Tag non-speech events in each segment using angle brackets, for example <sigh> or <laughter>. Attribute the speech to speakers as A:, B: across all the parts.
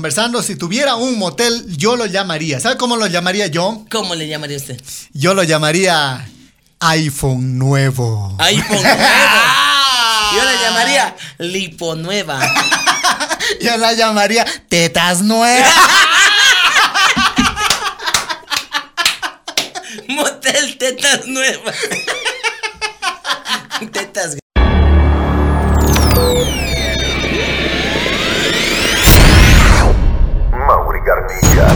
A: conversando, si tuviera un motel, yo lo llamaría. ¿Sabe cómo lo llamaría yo?
B: ¿Cómo le llamaría usted?
A: Yo lo llamaría iPhone nuevo.
B: iPhone
A: <laughs>
B: nuevo. Yo le llamaría lipo nueva.
A: Yo la llamaría tetas nuevas.
B: <laughs>
A: <laughs>
B: Motel tetas nuevas. <laughs> tetas.
C: Mauri Garnica.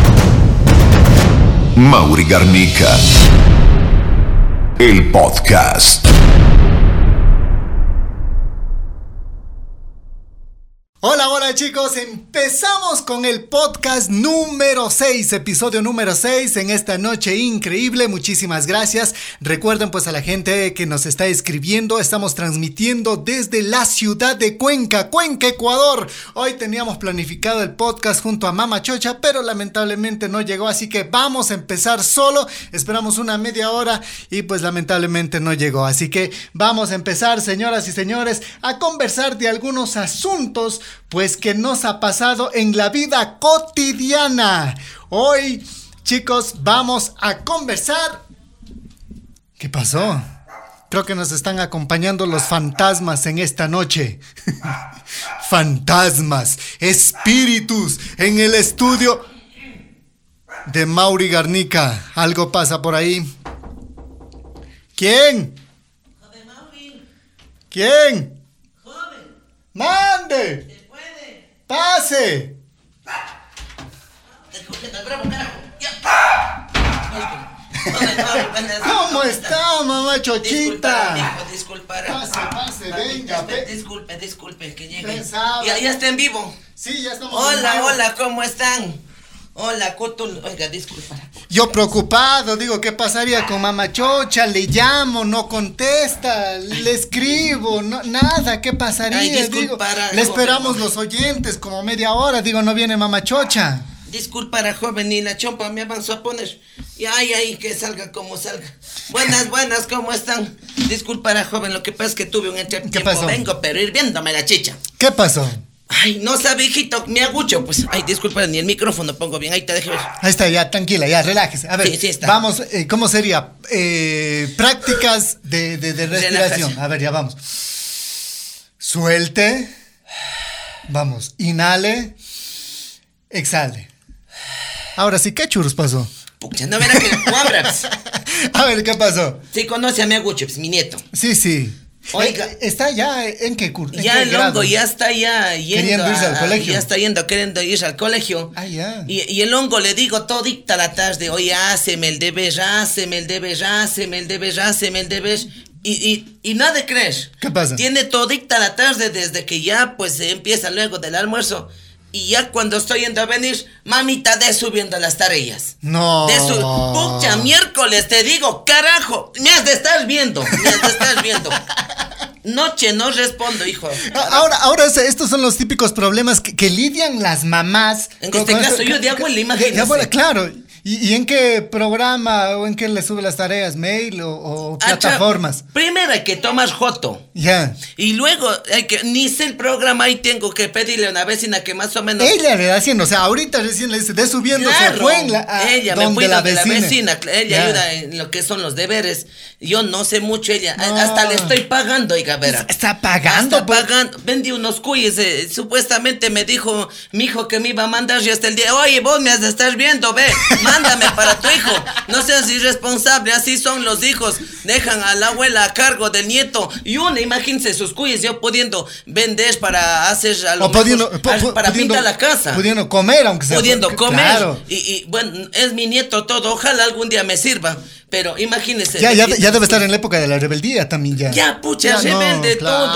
C: Mauri Garnica. Il podcast.
A: Hola, hola chicos, empezamos con el podcast número 6, episodio número 6 en esta noche increíble, muchísimas gracias. Recuerden pues a la gente que nos está escribiendo, estamos transmitiendo desde la ciudad de Cuenca, Cuenca, Ecuador. Hoy teníamos planificado el podcast junto a Mama Chocha, pero lamentablemente no llegó, así que vamos a empezar solo, esperamos una media hora y pues lamentablemente no llegó, así que vamos a empezar señoras y señores a conversar de algunos asuntos pues que nos ha pasado en la vida cotidiana. Hoy, chicos, vamos a conversar. ¿Qué pasó? Creo que nos están acompañando los fantasmas en esta noche. <laughs> fantasmas, espíritus en el estudio de Mauri Garnica. Algo pasa por ahí. ¿Quién? ¿Quién? ¡Mande! ¡Se puede! ¡Pase! ¿Cómo está, mamá Chochita?
B: Disculpa,
A: Pase, pase, venga, ve.
B: Disculpe, disculpe, que llegue.
A: Usted sabe.
B: Ya, ya está en vivo.
A: Sí, ya estamos. en
B: Hola,
A: vivo.
B: hola, ¿cómo están? Hola, Cutul. Oiga, disculpa.
A: Yo preocupado, digo, ¿qué pasaría con mamá Chocha? Le llamo, no contesta, le escribo, no, nada, ¿qué pasaría?
B: Ay,
A: digo,
B: disculpará,
A: le esperamos
B: joven.
A: los oyentes como media hora, digo, no viene mamá Chocha.
B: Disculpa, la joven, y la chompa me avanzó a poner. Y ay, ay, que salga como salga. Buenas, buenas, ¿cómo están? Disculpa, la joven, lo que pasa es que tuve un entretiempo.
A: pasó?
B: Vengo, pero hirviéndome la chicha.
A: ¿Qué pasó?
B: Ay, no sabe, hijito, me agucho. Pues, ay, disculpa, ni el micrófono pongo bien. Ahí te dejo ver.
A: Ahí está, ya, tranquila, ya, relájese. A ver,
B: Sí, sí está.
A: vamos, eh, ¿cómo sería? Eh, prácticas de, de- de respiración.
B: Relajación.
A: A ver, ya vamos. Suelte. Vamos, inhale. Exhale. Ahora sí, ¿qué churros pasó? <laughs>
B: Pucha, no verá que el cuadra. pues.
A: A ver, ¿qué pasó?
B: Sí, conoce a mi agucho, pues, mi nieto.
A: Sí, sí.
B: Oiga.
A: Eh, está ya eh, en qué curso.
B: Ya el hongo ya está ya yendo
A: Queriendo irse al colegio.
B: Ya está yendo, queriendo irse al colegio.
A: Ah, ya.
B: Y, y el hongo le digo todita la tarde, oye, háceme el deber, háceme el deber, háceme el deber, háceme el deber. Y, y, y nada de creer.
A: ¿Qué pasa?
B: Tiene todita la tarde desde que ya pues empieza luego del almuerzo. Y ya cuando estoy yendo a venir, mamita de subiendo las tareas.
A: No.
B: De su pucha miércoles, te digo, carajo, me has de estar viendo, me has de
A: <laughs>
B: estar viendo. Noche no respondo, hijo.
A: A- Ahora, ahora es- estos son los típicos problemas que, que lidian las mamás.
B: En este caso, yo de abuela, imagínese.
A: De abuela, claro. ¿Y, y en qué programa o en qué le sube las tareas? ¿Mail o,
B: Ah,
A: o plataformas?
B: Acha, Primero hay que tomas joto.
A: Ya.
B: Y luego hay que, ni sé el programa ahí tengo que pedirle a una vecina que más o menos.
A: Ella le da haciendo, o sea, ahorita recién le dice, de subiendo, se
B: Claro,
A: fue en la, a
B: ella me fui donde la vecina, cl- ella
A: Ya.
B: ayuda eh, en lo que son los deberes. Yo no sé mucho, ella, a-
A: No.
B: hasta le estoy pagando, oiga, verá.
A: Pues, Está pagando,
B: Hasta
A: pues.
B: pagando. Vendí unos cuyes, eh, supuestamente me dijo mi hijo que me iba a mandar y hasta el día, oye, vos me has de estar viendo, ve, mándame para tu hijo. No seas irresponsable, así son los hijos. Dejan a la abuela a cargo del nieto. Y una, imagínense sus cuyes, yo pudiendo vender para hacer algo.
A: O pudiendo, pu- pu-
B: para
A: pudiendo-
B: pintar la casa
A: Pudiendo comer, aunque sea. pues,
B: pudiendo comer.
A: Claro.
B: Y, y, bueno, es mi nieto todo, ojalá algún día me sirva. Pero imagínese.
A: Ya, ya, ya debe estar en la época de la rebeldía también ya.
B: Ya, pucha,
A: no,
B: rebelde
A: claro.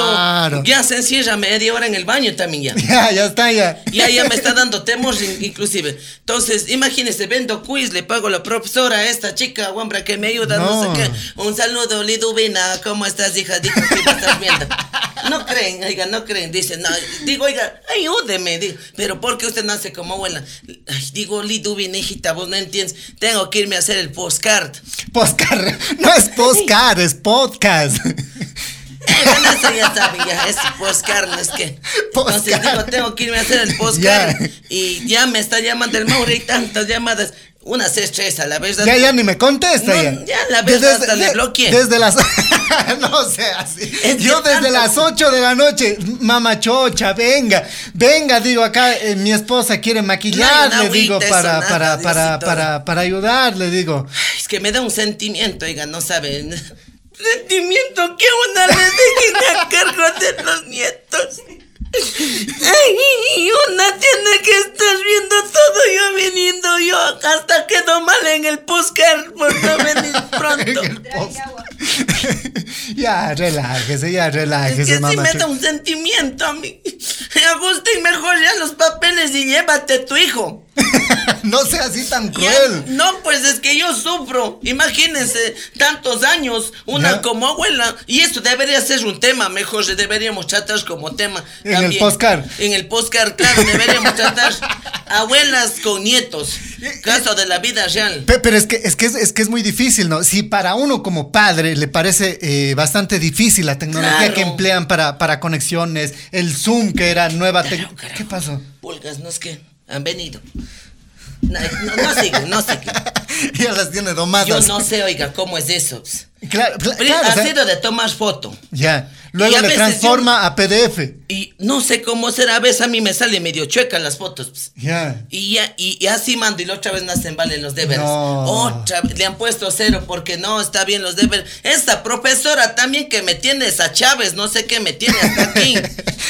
B: todo. Ya se encierra media hora en el baño también ya.
A: <laughs> Ya, ya está, ya.
B: Ya, ya me está dando temor in- inclusive. Entonces, imagínese, vendo quiz, le pago a la profesora, a esta chica, guambra, que me ayuda, no,
A: No.
B: sé qué. Un saludo, Liduvina, ¿cómo estás, hija? Dijo que me estás viendo. No creen, oiga, no creen, dicen, no. Digo, oiga, ayúdeme, digo, pero ¿por qué usted no hace como abuela? Ay, digo, Liduvina, hijita, vos no entiendes, tengo que irme a hacer el postcard.
A: Postcar. No es postcar, es podcast.
B: Bueno, eso ya saben, ya es postcarne, es que. Entonces
A: Postcarne.
B: digo, tengo que irme a hacer el postcar. Y ya me está llamando el Mauri, tantas llamadas. Una estresa, la verdad.
A: Ya, ya ni me contesta.
B: No,
A: ya.
B: ya, la vez hasta le bloqueé.
A: Desde las. <laughs> no sea así.
B: Es que
A: Yo desde
B: tanto-
A: las 8 de la noche, mamachocha, venga, venga, digo acá, eh, mi esposa quiere maquillar,
B: No hay una
A: le digo,
B: agüita, eso,
A: para,
B: nada,
A: para, para,
B: Diosito.
A: para, para ayudar, le digo.
B: Es que me da un sentimiento, oiga, no saben. Sentimiento que una le dejen a cargo de los nietos. Ay, una tiene que estar viendo todo yo viniendo yo. Hasta quedó mal en el postcar por no
A: <laughs>
B: venir pronto.
A: ya, relájese, ya,
B: Es
A: relájese,
B: que sí me da
A: mamachocha.
B: un sentimiento a mí. <laughs> Agustín, mejor ya los papeles y llévate tu hijo.
A: <laughs> no sea así tan
B: Ya,
A: cruel.
B: no, pues es que yo sufro. Imagínense, tantos años, una
A: Ya.
B: como abuela. Y esto debería ser un tema, mejor deberíamos tratar como tema.
A: En el postcar.
B: En el postcar, claro, deberíamos tratar abuelas con nietos. Caso de la vida real.
A: Pe- Pero es que, es, que es, es que es muy difícil, ¿no? Si para uno como padre le parece eh, bastante difícil la tecnología
B: Claro.
A: que emplean para, para conexiones, el Zoom que era nueva
B: Claro,
A: tecnología.
B: carajo.
A: ¿Qué pasó? <laughs>
B: Pulgas, no es que han venido. No, no, no sé, no sé.
A: ya las tiene domadas.
B: Yo no sé, oiga, cómo es eso.
A: Claro, cl-
B: Pri-
A: claro, o
B: ha
A: sea,
B: sido de tomar foto.
A: ya.
B: Y
A: Luego
B: a
A: le
B: veces
A: transforma a PDF.
B: Y no sé cómo será, a veces a mí me salen medio chuecas las fotos. pues.
A: Ya.
B: Y, ya- y, y así mando, y la otra vez no hacen valen los deberes.
A: No.
B: Otra vez, le han puesto cero porque no está bien los deberes. Esta profesora también que me tiene, esa Chávez, no sé qué me tiene
A: <laughs>
B: hasta aquí.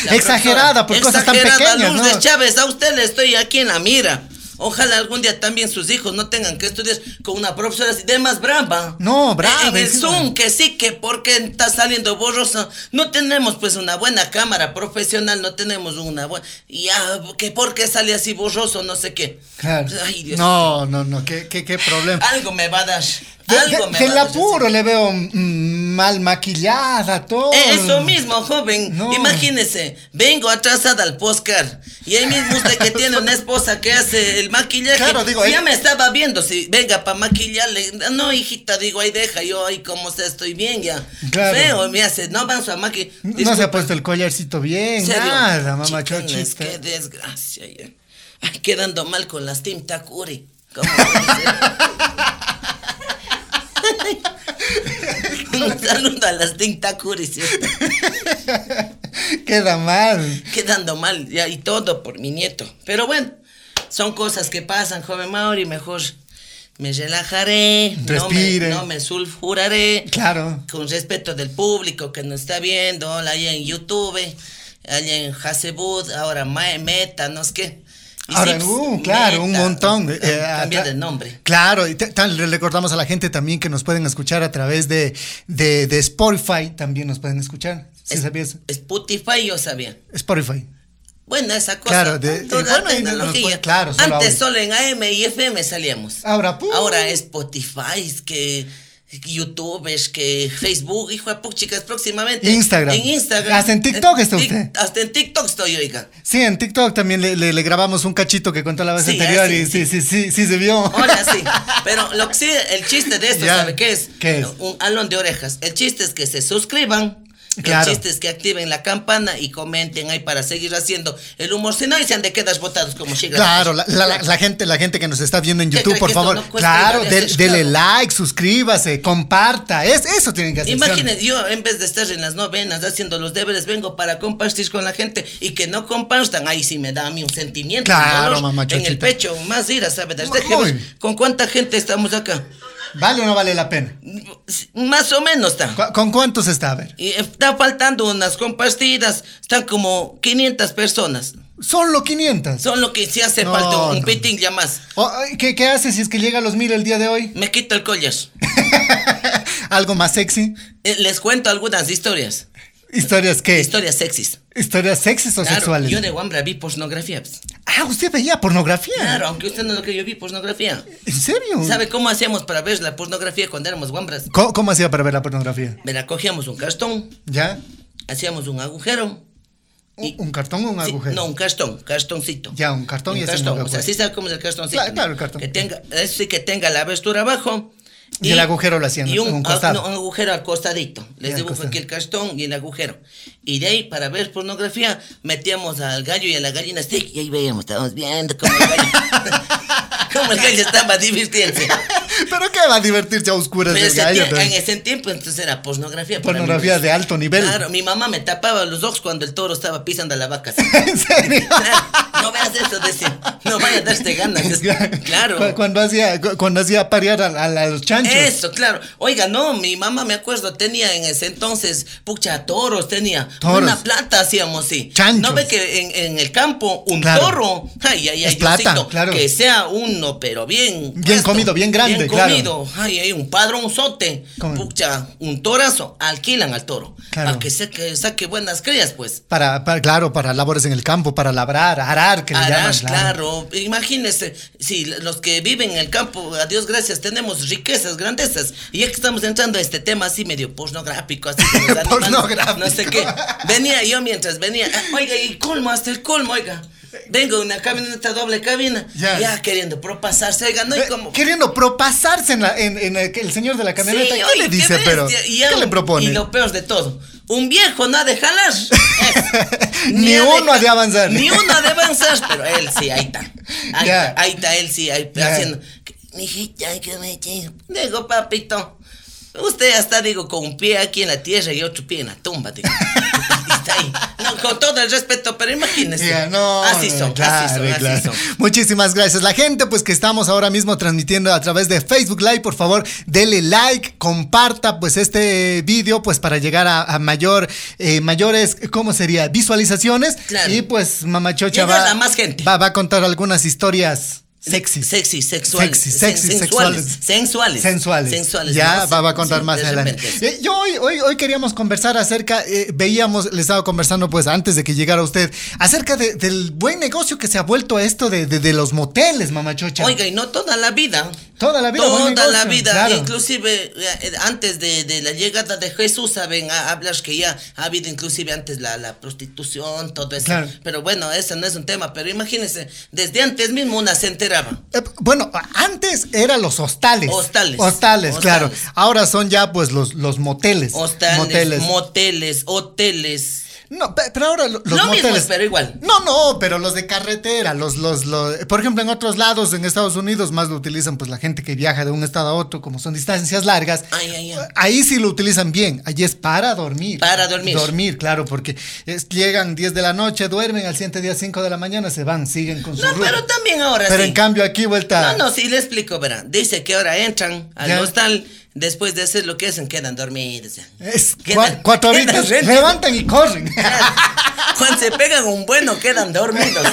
B: La
A: Exagerada, por cosas tan
B: exagerada,
A: pequeñas,
B: Lourdes
A: ¿no?
B: Chávez, a usted le estoy aquí en la mira. Ojalá algún día también sus hijos no tengan que estudiar con una profesora así de más brava.
A: No, brava,
B: En el
A: encima.
B: Zoom, que sí, que porque está saliendo borroso. No tenemos pues una buena cámara profesional, no tenemos una buena... Ya, que porque sale así borroso, no sé qué.
A: Claro.
B: Ay, Dios.
A: no, no, no, qué, qué, qué problema.
B: Algo me va a dar.
A: De-
B: Algo
A: de-
B: me
A: del
B: va a dar.
A: apuro le veo mm, mal maquillada, todo.
B: Eh, Eso mismo, joven.
A: No.
B: Imagínese, vengo atrasada al postcar. Y ahí mismo usted que tiene una esposa que hace el maquillaje.
A: Claro, digo, eh.
B: ya
A: ahí-
B: me estaba viendo si venga para maquillarle. No, hijita, digo, ahí deja yo, ahí como sea, estoy bien ya.
A: Claro.
B: Feo, me hace, no avanzo a maquillar.
A: No se ha puesto el collarcito bien, nada, mamachochita.
B: Qué desgracia ya. Ay, quedando mal con las Team Takuri.
A: <laughs>
B: ¿Cómo puede ser? <laughs> Un saludo a las Tintacuris, ¿cierto?
A: <laughs> Queda mal.
B: quedando mal, ya, y todo por mi nieto. Pero bueno, son cosas que pasan, joven Mauri, mejor me relajaré, no me,
A: Respire.
B: no me sulfuraré,
A: Claro.
B: con respeto del público que nos está viendo, hola, allá en YouTube, allá en Hasebud, ahora Mae Meta, no sé qué. Y
A: Ahora,
B: sí, pues,
A: uh, claro, un
B: Meta,
A: montón.
B: <laughs>
A: de- eh,
B: cambia
A: acá-
B: de nombre.
A: Claro, y te- tal, le recordamos a la gente también que nos pueden escuchar a través de, de, de Spotify, también nos pueden escuchar. ¿Sí
B: Es-
A: sabías?
B: Spotify yo sabía.
A: Spotify.
B: Bueno, esa cosa.
A: Claro, de-
B: toda
A: y bueno, y de-
B: tecnología.
A: claro, solo Ah, uh.
B: Antes
A: audio.
B: solo en AM y FM salíamos.
A: Ahora, ¡pum!
B: Ahora Spotify, es que YouTube, es que Facebook, hijo de puch, chicas, próximamente.
A: Instagram.
B: En Instagram.
A: Hasta en TikTok está
B: Tic-
A: usted.
B: Hasta en TikTok estoy, oiga.
A: Sí, en TikTok también le, le- le grabamos un cachito que contó la vez
B: Sí,
A: anterior
B: ah,
A: y sí, sí, sí, sí, se vio.
B: Ahora sí. Pero lo que sí, el chiste de esto,
A: Ya.
B: ¿sabe qué es?
A: ¿Qué es?
B: Un alón de orejas. El chiste es que se suscriban.
A: Claro.
B: El chiste es que activen la campana y comenten ahí para seguir haciendo el humor. Si no, y se han de quedas botados como chicas.
A: <laughs> Claro, la, la- la- la gente, la gente que nos está viendo en
B: ¿Qué
A: YouTube,
B: cree
A: por
B: que esto
A: favor,
B: no cuesta
A: claro,
B: ir a
A: del-
B: hacer
A: dele
B: show?
A: like, suscríbase, comparta, es, eso tienen que hacer.
B: Imagínense, yo en vez de estar en las novenas haciendo los deberes, vengo para compartir con la gente y que no compartan. Ahí sí me da a mí un sentimiento. un
A: Claro,
B: dolor
A: mamá
B: En el
A: Chochita.
B: pecho, más ira, ¿sabe? Desde
A: Muy.
B: que vos- ¿Con cuánta gente estamos acá?
A: ¿Vale o no vale la pena?
B: Más o menos está.
A: ¿Cu- ¿Con cuántos está? A ver.
B: Y está faltando unas compartidas. Están como 500 personas.
A: Solo 500.
B: Son lo que sí hace
A: No,
B: falta un
A: no.
B: pitín ya más.
A: Oh, ay, ¿qué, ¿Qué hace si es que llega a los mil el día de hoy? <laughs>
B: Me quito el collar.
A: Algo más sexy.
B: Eh, Les cuento algunas historias.
A: ¿Historias qué?
B: Historias sexys.
A: ¿Historias sexys o
B: Claro,
A: sexuales?
B: Yo de Wambra vi pornografía. pues.
A: Ah, usted veía pornografía.
B: Claro, aunque usted no lo cree, yo vi pornografía.
A: ¿En serio?
B: ¿Sabe cómo hacíamos para ver la pornografía cuando éramos guambras?
A: ¿Cómo, cómo hacía para ver la pornografía?
B: Me la cogíamos un cartón,
A: ¿Ya?
B: hacíamos un agujero.
A: ¿Un,
B: Y-
A: un cartón o un
B: Sí,
A: agujero?
B: no, un cartón, cartoncito.
A: Ya, un cartón y
B: un
A: hacíamos
B: cartón.
A: un
B: O sea,
A: agujero.
B: sí sabe cómo es el cartoncito.
A: Claro, claro, el cartón.
B: Que tenga, eso sí que tenga la abertura abajo.
A: Y el agujero lo hacían
B: y un,
A: en un
B: a-
A: costado.
B: no, un agujero al costadito. Les
A: al
B: dibujo
A: costado.
B: aquí el cartón y el agujero. Y de ahí, para ver pornografía, metíamos al gallo y a la gallina stick. Y ahí veíamos, estábamos viendo cómo el gallo, <laughs> cómo el gallo estaba divirtiéndose.
A: <laughs> Pero qué va a divertirse a oscuras
B: Pero
A: del
B: ese
A: gallo.
B: tie-
A: pero-
B: en ese tiempo entonces era pornografía. para mí.
A: Pornografía de alto nivel.
B: Claro, mi mamá me tapaba los ojos cuando el toro estaba pisando a la vaca. así.
A: <laughs> ¿En serio?
B: Claro, no veas eso, decía. No vaya a darte ganas.
A: <laughs>
B: Claro.
A: Cu- Cuando hacía, cu- cuando hacía parear a, a- a los chanchos.
B: Eso, claro. Oiga, no, mi mamá me acuerdo, tenía en ese entonces, pucha, toros, tenía
A: Toros.
B: una plata, hacíamos, sí.
A: Chanchos.
B: No ve que en, en el campo un
A: Claro.
B: toro, ay, ay, ay,
A: Es plata,
B: Diosito,
A: claro.
B: que sea uno, pero bien.
A: Bien comido, bien grande,
B: bien
A: claro.
B: comido, ay, ay, un padronzote,
A: ¿Cómo?
B: pucha, un torazo, alquilan al toro.
A: Claro.
B: Para que saque, saque buenas crías, pues.
A: Para, para- claro, para labores en el campo, para labrar, arar, que le
B: Arash,
A: llaman.
B: claro. Imagínese, si los que viven en el campo, a Dios gracias, tenemos riquezas, grandezas. Y ya que estamos entrando a este tema así medio pornográfico, así
A: <laughs>
B: como los animales,
A: Pornográfico.
B: No sé qué. Venía yo mientras venía, ah, oiga, y colmo, hasta el colmo, oiga. Vengo una camioneta doble cabina,
A: Ya.
B: ya queriendo propasarse, oiga, no, y
A: Ve,
B: como...
A: Eh, Queriendo propasarse en, la- en- en el, que el señor de la
B: Sí,
A: camioneta. ¿Qué
B: oiga,
A: le dice,
B: bestia.
A: pero?
B: Y ya
A: ¿Qué le
B: un-
A: propone?
B: Y
A: <laughs>
B: lo peor de todo, un viejo no ha de jalar. Es.
A: Ni uno ha de avanzar.
B: Ni uno ha de avanzar, pero él sí, ahí está. Ahí,
A: Ya.
B: está, ahí está, él sí, ahí
A: Ya.
B: haciendo. Mijita, que me eche. Digo, papito, usted ya está, digo, con un pie aquí en la tierra y otro pie en la tumba, digo. <laughs> Y está ahí. No, con todo el respeto, pero imagínese.
A: <laughs> Ya, no,
B: así
A: no,
B: son,
A: claro,
B: así son, así
A: claro.
B: son.
A: Muchísimas gracias. La gente, pues que estamos ahora mismo transmitiendo a través de Facebook Live, por favor, dele like, comparta pues este vídeo, pues para llegar a, a mayor, eh, mayores, ¿cómo sería? Visualizaciones.
B: Claro.
A: Y pues Mamá Chocha
B: Llegar
A: va,
B: a más gente.
A: Va, va a contar algunas historias sexys.
B: Sexy, sexuales.
A: Sexy, sexy,
B: sen-
A: sexuales.
B: Sensuales.
A: Sensuales.
B: Sensuales.
A: Ya
B: ¿no?
A: va, va a contar
B: Sí,
A: más
B: de
A: adelante.
B: repente.
A: Eh, yo hoy, hoy, hoy queríamos conversar acerca, eh, veíamos, le estaba conversando pues antes de que llegara usted, acerca de- del buen negocio que se ha vuelto esto de, de- de los moteles, mamachocha.
B: Oiga, y no toda la vida.
A: Toda la vida,
B: Toda
A: buen negocio,
B: la vida.
A: claro.
B: Inclusive eh, eh, antes de, de la llegada de Jesús, saben, a- hablas que ya ha habido inclusive antes la, la prostitución, todo eso.
A: Claro.
B: Pero bueno, ese no es un tema. Pero imagínense, desde antes mismo una se enteraba.
A: Eh, bueno, antes eran los hostales.
B: Hostales.
A: Hostales, claro.
B: Hostales.
A: Ahora son ya pues los, los moteles.
B: Hostales, moteles,
A: Moteles.
B: hoteles.
A: No, pe- pero ahora lo- los
B: Lo mismo,
A: moteles.
B: pero igual.
A: No, no, pero los de carretera, los, los, los, por ejemplo, en otros lados, en Estados Unidos, más lo utilizan pues la gente que viaja de un estado a otro, como son distancias largas.
B: Ay, ay, ay.
A: Ahí sí lo utilizan bien. Allí es para dormir.
B: Para dormir.
A: Dormir, claro, porque es- llegan 10 de la noche, duermen, al siguiente día 5 de la mañana se van, siguen con su
B: No,
A: ruta.
B: pero también ahora
A: Pero
B: sí.
A: en cambio aquí vuelta.
B: No, no, sí le explico, verán. Dice que ahora entran al
A: Ya.
B: hostal, después de hacer lo que hacen, quedan dormidos. ya.
A: Es
B: ¿Qué
A: cua-
B: tal?
A: cuatro
B: ¿Qué tal,
A: horitas.
B: gente?
A: Levantan y corren.
B: Cuando se pegan un bueno, quedan dormidos.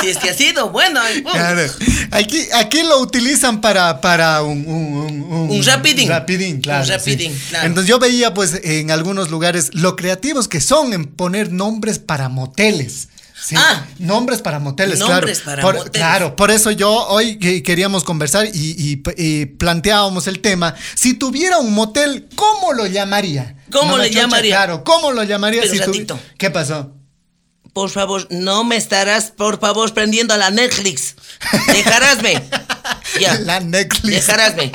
B: Si es que ha sido bueno, eh. y pum.
A: Claro. Aquí, aquí lo utilizan para, para un, un, un,
B: Un rapidín.
A: rapidín, claro,
B: Un rapidín,
A: sí.
B: claro.
A: Entonces yo veía pues en algunos lugares lo creativos que son en poner nombres para moteles. Sí,
B: Ah.
A: nombres para moteles,
B: Nombres
A: claro.
B: para
A: Por-
B: moteles.
A: Claro, por eso yo hoy que- queríamos conversar y, y- y planteábamos el tema. Si tuviera un motel, ¿cómo lo llamaría?
B: ¿Cómo
A: Mamá
B: le
A: Chocha,
B: llamaría?
A: Claro, ¿cómo lo llamaría
B: Pero
A: si tuvi-
B: ratito.
A: ¿Qué pasó?
B: Por favor, no me estarás, por favor, prendiendo la Netflix. Dejarásme. <laughs> Ya.
A: <laughs> La Netflix.
B: Dejarásme.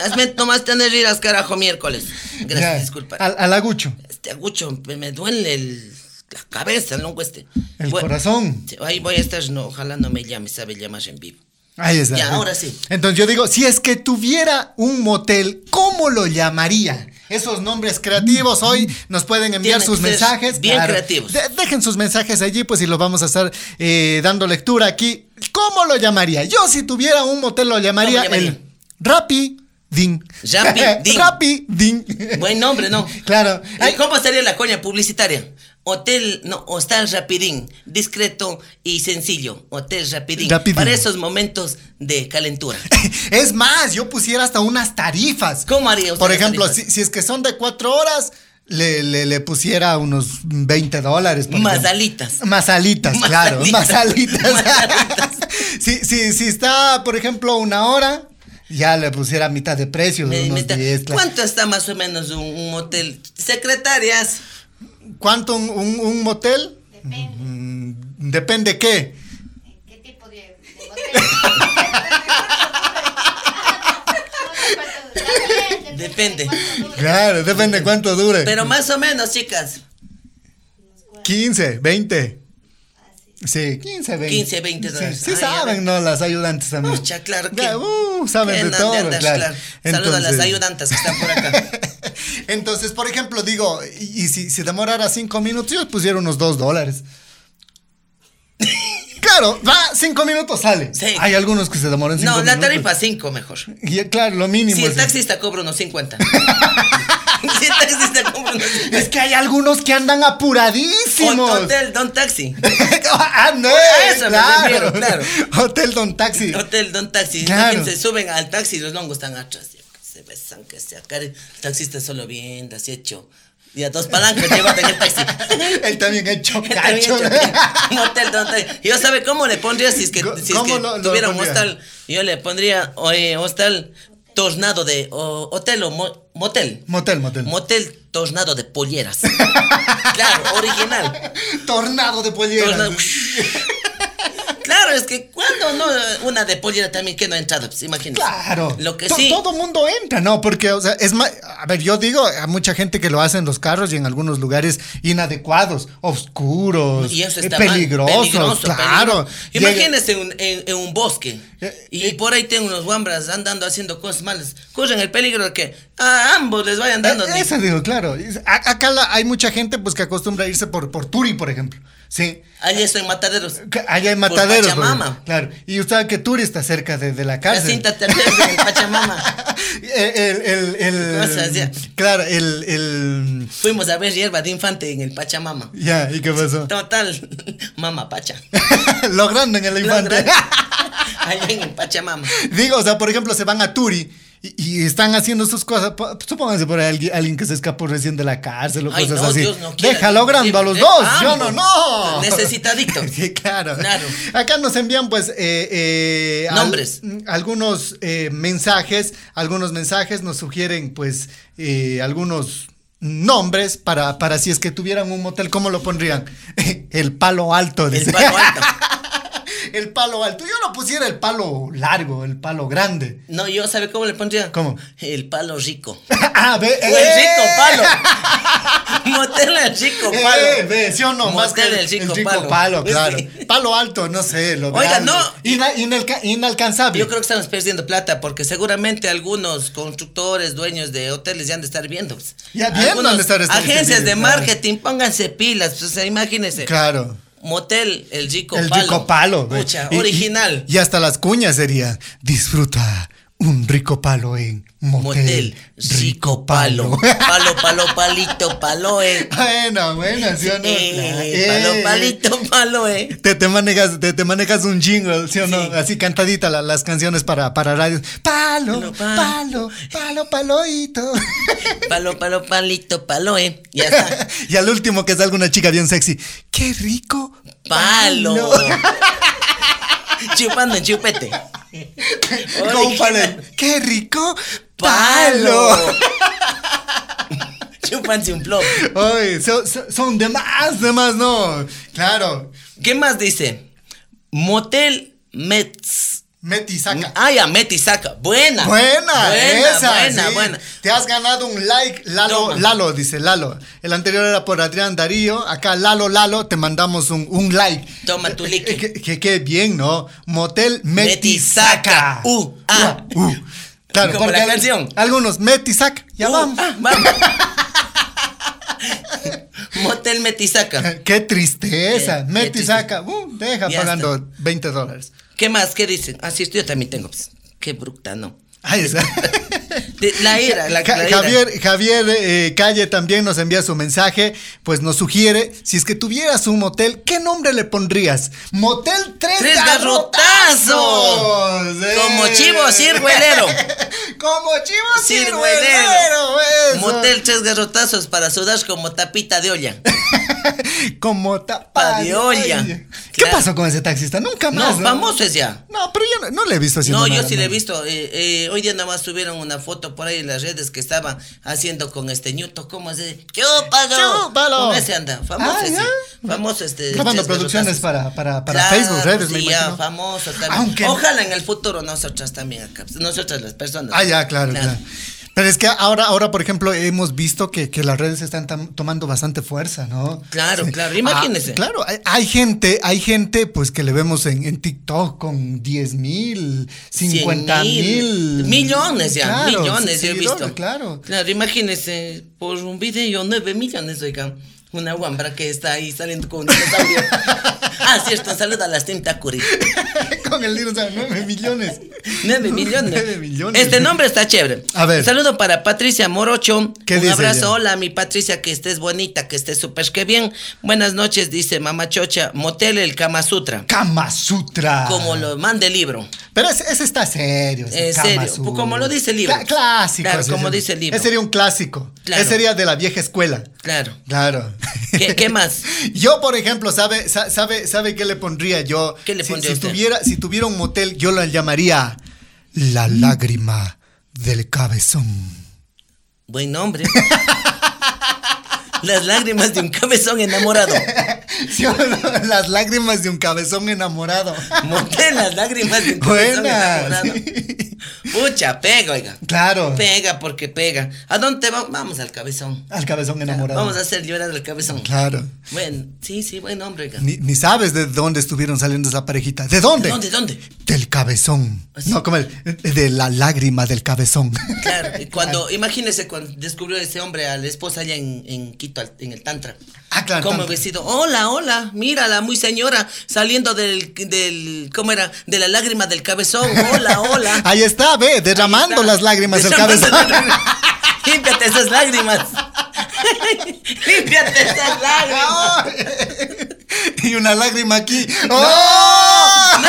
B: Hazme nomás tener iras, carajo, miércoles. Gracias,
A: Ya,
B: disculpa.
A: Al, al agucho,
B: Este agucho, me, me duele el- la cabeza, no este.
A: el
B: Voy-
A: corazón.
B: Sí, Ahí voy a estar, no, ojalá no me llame, sabe llamar en vivo.
A: Ahí está.
B: Ya, ahora sí.
A: Entonces yo digo, si es que tuviera un motel, ¿cómo lo llamaría? Esos nombres creativos hoy nos pueden enviar
B: Tienen
A: sus
B: que ser
A: mensajes.
B: bien creativos.
A: De- dejen sus mensajes allí, pues, y los vamos a estar eh, dando lectura aquí. ¿Cómo lo llamaría? Yo si tuviera un motel lo llamaría,
B: ¿Cómo lo llamaría?
A: el Rapidín. <laughs>
B: Rapidín.
A: Rapidín.
B: Buen nombre, ¿no?
A: <laughs> Claro.
B: ¿Y
A: Ay,
B: ¿Cómo sería la coña publicitaria? Hotel, no, hostal rapidín, discreto y sencillo. Hotel rapidín.
A: Rapidín.
B: Para esos momentos de calentura.
A: <laughs> Es más, yo pusiera hasta unas tarifas.
B: ¿Cómo haría usted
A: Por
B: las
A: ejemplo,
B: tarifas?
A: si, si es que son de cuatro horas, le, le- le pusiera unos 20 dólares. por
B: Más
A: ejemplo. Mm,
B: alitas.
A: Más alitas,
B: Más
A: claro.
B: alitas.
A: Más alitas.
B: Más alitas.
A: <laughs> si, si- si está, por ejemplo, una hora, ya le pusiera mitad de precio,
B: Me- me
A: unos
B: está-
A: 10. claro.
B: ¿Cuánto está más o menos un, un hotel? Secretarias.
A: ¿Cuánto un, un- un motel?
D: Depende
A: Mm, Depende qué.
D: de qué tipo de, de motel.
B: depende.
A: Claro, depende cuánto dure.
B: Pero más o menos, chicas.
A: 15, 20. Sí, 15, 20.
B: 15, 20 dólares.
A: Sí, sí
B: Ah, ya
A: saben,
B: ven.
A: ¿no? Las ayudantes también.
B: Pucha, claro que-
A: Mm. Ya, uh, saben
B: que
A: de
B: no,
A: todo,
B: de andas,
A: claro.
B: claro. Saludos a las ayudantas que están
A: <laughs>
B: por acá.
A: Entonces, por ejemplo, digo, y, y si, si demorara 5 minutos, yo les pusiera unos 2 dólares. <laughs> claro, va, 5 minutos sale.
B: Sí.
A: Hay algunos que se demoran 5
B: No,
A: minutos.
B: la tarifa 5 mejor.
A: Y, claro, lo mínimo.
B: Si el
A: es-
B: taxista cobra
A: <laughs>
B: unos 50. <laughs> si el taxista cobra unos 50.
A: Es que hay algunos que andan
B: Hot-
A: apuradísimos.
B: Hotel Don Taxi.
A: <laughs> ah, no,
B: A eso me
A: claro.
B: refiero, claro.
A: Hotel Don Taxi.
B: Hotel Don Taxi.
A: Claro.
B: Imagínense, suben al taxi y los longos están atrás. ya, que Se besan, que se acaren. El taxista solo viendo, así hecho. Y a dos palancas llévate en el taxi.
A: <laughs>
B: <laughs>
A: Él también hecho
B: Está bien
A: cacho.
B: hecho, bien. Un hotel Don Taxi. Yo sabe cómo le pondría si es que,
A: Co-
B: si es
A: ¿cómo
B: que
A: lo- lo
B: tuviera un
A: pondría?
B: hostal. Yo le pondría oye, hostal tornado de o, hotel o mo- motel.
A: <laughs> motel, motel.
B: Motel tornado de polleras. <laughs> claro, original.
A: Tornado de polleras.
B: Tornado. <laughs> Claro, es que cuando no una de pollera también que no ha entrado, pues imagínense.
A: Claro.
B: Lo que
A: To-
B: sí.
A: Todo mundo entra, ¿no? Porque, o sea, es más. A ver, yo digo a mucha gente que lo hace en los carros y en algunos lugares inadecuados, oscuros,
B: Y eso
A: eh,
B: está mal,
A: peligrosos.
B: peligroso,
A: claro.
B: peligroso.
A: Llega-
B: Imagínense en, un- en- en un bosque.
A: Eh,
B: Y por ahí tienen unos guambras andando haciendo cosas malas. Corren el peligro de que a ambos les vayan dando.
A: Eh,
B: ni-
A: Eso digo, claro. A- Acá la- hay mucha gente pues que acostumbra a irse por, por Turi, por ejemplo. Sí.
B: Ahí estoy en mataderos.
A: Que Allá hay mataderos. por
B: Pachamama.
A: ejemplo. claro. Y usted sabe que Turi está cerca de, de la
B: La
A: cárcel. Eh,
B: cinta
A: <laughs>
B: tercera del Pachamama.
A: el, el, el-
B: Cosas, ya.
A: claro, el, el-
B: Fuimos a ver hierba de infante en el Pachamama.
A: Ya, ¿y qué pasó?
B: Total, <laughs> mamá Pacha.
A: <laughs> Logrando en el infante.
B: <laughs> Allá en el Pachamama.
A: <laughs> Digo, o sea, por ejemplo, se van a Turi y, y están haciendo sus cosas. Po- Supónganse por ahí alguien, alguien que se escapó recién de la cárcel o
B: Ay,
A: cosas
B: no,
A: así.
B: Dios no quiera.
A: Deja logrando a los
B: Eh,
A: dos. Yo no,
B: ambos.
A: no.
B: Necesitadicto.
A: <laughs> Sí, claro.
B: Claro.
A: Acá nos envían, pues, eh, eh, al-
B: Nombres.
A: mm, algunos eh, mensajes. Algunos mensajes nos sugieren, pues, eh, algunos nombres para, para si es que tuvieran un motel, ¿cómo lo pondrían? <laughs> El palo alto.
B: El
A: dice. <laughs>
B: palo alto.
A: El palo alto. Yo no pusiera el palo largo, el palo grande. <laughs>
B: No, yo, ¿sabe cómo le pondría?
A: ¿Cómo?
B: El
A: <laughs>
B: palo rico.
A: Ah, ve.
B: O el
A: eh,
B: rico palo. <laughs> Motel el rico
A: eh,
B: palo.
A: ve, sí o no, más que
B: Motel
A: el,
B: el rico
A: palo.
B: palo.
A: claro.
B: <laughs> Sí.
A: Palo alto, no sé, lo
B: Oiga,
A: grande.
B: no.
A: Ina- inalca- inalcanzable.
B: Yo creo que estamos perdiendo plata porque seguramente algunos constructores, dueños de hoteles ya han de estar viendo. pues.
A: Ya viendo
B: Algunos
A: han de estar este-
B: Agencias
A: este
B: de
A: video,
B: marketing, pónganse pilas, pues, o sea, imagínense.
A: Claro.
B: Motel el rico
A: El
B: palo.
A: rico palo. ve.
B: Pucha,
A: Y- y-
B: original.
A: Y, hasta las cuñas sería, disfruta un rico palo en motel.
B: Motel, rico palo. Palo, palo, palito, palo, eh.
A: <laughs> bueno, bueno, ¿sí o <laughs> no? Claro.
B: Eh,
A: Eh.
B: palo, palito, palo, eh.
A: Te, te manejas, te, te manejas un jingle, ¿sí o no?
B: Sí.
A: Así cantadita la- las canciones para, para radio. Palo,
B: Palo, palo.
A: palo, palo, paloito.
B: Palo, palo, palito, palo, eh.
A: <laughs>
B: Ya está.
A: y al último que salga una chica bien sexy. ¡Qué rico!
B: <laughs> Palo. Chupando en chupete.
A: Con un palo. ¡Qué rico!
B: Palo. <laughs>
A: ¡Palo!
B: Chúpanse un plop.
A: Ay, so- so- son de más, de más, no. Claro.
B: ¿Qué más dice? Motel Metz.
A: Meti, saca.
B: Ah, ya, Metisaca. Buena.
A: Buena, esa,
B: buena,
A: sí.
B: buena.
A: Te has ganado un like, Lalo,
B: Toma.
A: Lalo, dice Lalo. El anterior era por Adrián Darío, acá Lalo, Lalo, te mandamos un, un like.
B: Toma tu like.
A: Eh, Que, que- que bien, ¿no? Motel Metisaca.
B: Metisaca. U, A.
A: U. Claro,
B: Como
A: porque
B: la
A: al-
B: canción.
A: Algunos Metisaca, ya
B: Uh,
A: vamos.
B: ah, vamos. <laughs> Motel Metisaca.
A: Qué tristeza,
B: Qué- qué
A: Metisaca. Uh, deja
B: Ya
A: pagando 20 dólares.
B: ¿Qué más? ¿Qué dicen? Ah, sí, esto yo también tengo. pues. Qué bruta, no.
A: Ahí está.
B: <laughs> De- la ira, la,
A: Ja-
B: la ira.
A: Javier, Javier eh, Calle también nos envía su mensaje, pues nos sugiere, si es que tuvieras un motel, ¿qué nombre le pondrías? Motel Tres,
B: Tres
A: Garrotazos. Eh.
B: Garrotazos. Como chivo ciruelero.
A: <laughs> Como chivo
B: Ciruelero.
A: ciruelero. eso.
B: Motel Tres Garrotazos para sudar como tapita
A: <laughs>
B: de olla.
A: Como tapa de olla.
B: Padiolla.
A: ¿Qué
B: Claro.
A: pasó con ese taxista? Nunca
B: No,
A: más.
B: famoso es ya.
A: No, pero yo no, no le he visto haciendo
B: No, yo
A: nada
B: sí le he
A: malo.
B: visto. eh, eh, hoy día nada más subieron una foto por ahí en las redes que estaba haciendo con este ñuto. ¿Cómo se ¡Chúpalo!
A: ¡Chúpalo!
B: Con ese anda. Famoso
A: Ah,
B: ese.
A: ya.
B: Famoso este.
A: Grabando
B: Chesco
A: producciones
B: Rosas.
A: para, para, para
B: Claro, pues,
A: Facebook, redes, me
B: sí, ya,
A: imagino.
B: famoso también.
A: Aunque-
B: Ojalá en el futuro nosotras también acá. Nosotras las personas.
A: Ah, ya, Ah, claro, claro. Pero es que ahora, ahora por ejemplo, hemos visto que, que las redes están tam- tomando bastante fuerza, ¿no?
B: Claro, claro, imagínense.
A: Ah, claro, hay, hay gente, hay gente pues que le vemos en, en TikTok con 10 mil, 50 mil.
B: Millones ya,
A: Claro,
B: millones yo he
A: seguidores,
B: visto.
A: Claro. <laughs>
B: Claro, imagínense, por un video, nueve millones, oigan. Una guambra que está ahí saliendo con un dinosaurio.
A: <laughs>
B: ah, cierto, saluda a las Tinta Curi.
A: con el dinero, o sea, 9 millones.
B: Nueve millones.
A: <laughs> Nueve millones.
B: Este nombre está chévere.
A: A ver.
B: Saludo para Patricia Morocho.
A: ¿Qué
B: un
A: dice
B: abrazo.
A: ella?
B: Hola, mi Patricia, que estés bonita, que estés súper que bien. Buenas noches, dice Mamá Chocha. Motel el Kama Sutra.
A: Kama Sutra.
B: Como lo mande el libro.
A: Pero ese, ese está serio. ese
B: Eh,
A: Kama
B: serio,
A: Sutra.
B: como lo dice el libro.
A: Cla- clásico.
B: Claro,
A: ese
B: como
A: sería.
B: dice el libro.
A: Ese sería un clásico.
B: Claro.
A: Ese sería de la vieja escuela.
B: Claro.
A: Claro.
B: ¿Qué- qué más?
A: <laughs> Yo, por ejemplo, ¿sabe, sa- sabe, sabe qué le pondría yo?
B: ¿Qué le
A: Si-
B: pondría
A: si,
B: usted?
A: tuviera, si tuviera un motel, yo lo llamaría La lágrima del
B: <laughs>
A: cabezón.
B: Buen nombre. Las lágrimas de un cabezón enamorado.
A: ¿Sí o no? Las lágrimas de un cabezón enamorado.
B: Monté las lágrimas de un <laughs> cabezón
A: Buenas.
B: enamorado. Pucha, pega, oiga.
A: <laughs> Claro.
B: Pega porque pega. ¿A dónde te vamos? Vamos al cabezón.
A: Al cabezón enamorado.
B: Vamos a hacer llorar al cabezón.
A: Claro.
B: Bueno, sí, sí, buen hombre, oiga.
A: Ni, ni sabes de dónde estuvieron saliendo esa parejita. ¿De dónde?
B: ¿Dónde, dónde?
A: Del cabezón.
B: Así.
A: No, como el- de la lágrima del cabezón.
B: Claro, y cuando, imagínese cuando descubrió ese hombre a la esposa allá en, en Quito, al- en el Tantra.
A: <laughs> Ah, claro,
B: Como
A: Tantra.
B: vestido, hola, hola, mírala, muy señora, saliendo del, del, ¿cómo era? De la lágrima del cabezón, hola, hola.
A: <laughs> Ahí está, ve, derramando
B: Está
A: las lágrimas del
B: derramando
A: cabezón.
B: las lágrimas. <laughs> Límpiate esas lágrimas. <laughs> Límpiate esas lágrimas.
A: <laughs> y una lágrima aquí. ¡Oh!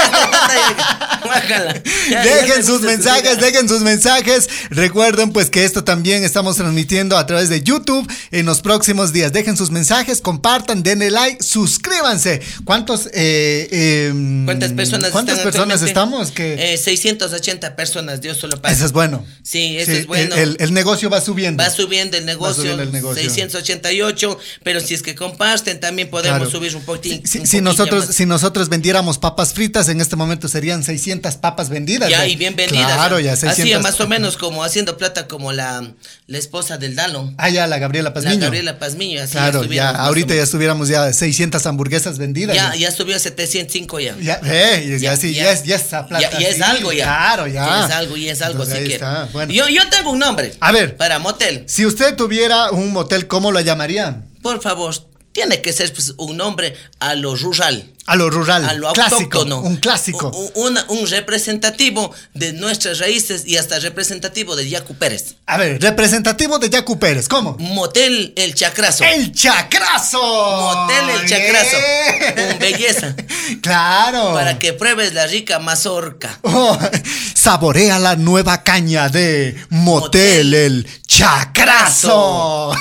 B: Guácala. Ya, ya
A: Dejen
B: me
A: sus
B: puse
A: mensajes,
B: suspirada.
A: dejen sus mensajes. Recuerden pues que esto también estamos transmitiendo a través de YouTube en los próximos días. Dejen sus mensajes, compartan, denle like, suscríbanse. ¿Cuántos, eh, eh,
B: ¿Cuántas personas
A: ¿cuántas
B: están
A: personas
B: actualmente?
A: estamos? Que
B: Eh, 680 personas, Dios solo paga.
A: eso es bueno.
B: Sí, eso es
A: el-
B: bueno.
A: El, el negocio va subiendo.
B: Va subiendo el negocio,
A: subiendo el negocio.
B: 688, pero si es que comparten también podemos
A: Claro.
B: subir un poquito.
A: Si, si nosotros, si nosotros vendiéramos papas fritas, en este momento serían 600 papas vendidas.
B: ya
A: ¿no?
B: y bienvenidas.
A: Claro, ya
B: Así
A: 600.
B: más o menos como haciendo plata como la, la esposa del Dalo,
A: Ah, ya, la Gabriela
B: la
A: Pazmiño.
B: Gabriela Pazmiño. Así
A: Claro, ya,
B: estuviéramos más o
A: ahorita ya
B: menos.
A: estuviéramos ya 600 hamburguesas vendidas.
B: ya
A: ¿no?
B: ya subió a 705 ya.
A: Ya, eh, ya, ya, sí, ya, es, ya es a plata,
B: ya- ya es
A: sí,
B: algo ya.
A: Claro, ya.
B: es algo, y es algo,
A: Entonces,
B: así
A: ahí
B: que.
A: está, bueno.
B: Yo, yo tengo un nombre.
A: A ver.
B: Para motel.
A: Si usted tuviera un motel, ¿cómo lo llamarían?
B: Por favor, tiene que ser pues, un nombre a lo rural.
A: A lo rural.
B: a lo
A: clásico.
B: autóctono.
A: Un clásico.
B: U- u- una- Un, representativo de nuestras raíces y hasta representativo de Yacu Pérez.
A: A ver, representativo de Yacu Pérez. ¿Cómo?
B: Motel El Chacrazo.
A: ¡El Chacrazo!
B: Motel El Chacrazo.
A: Bien.
B: Con belleza.
A: <laughs> Claro.
B: Para que pruebes la rica mazorca.
A: Oh, saborea la nueva caña de Motel
B: Motel.
A: El Chacrazo.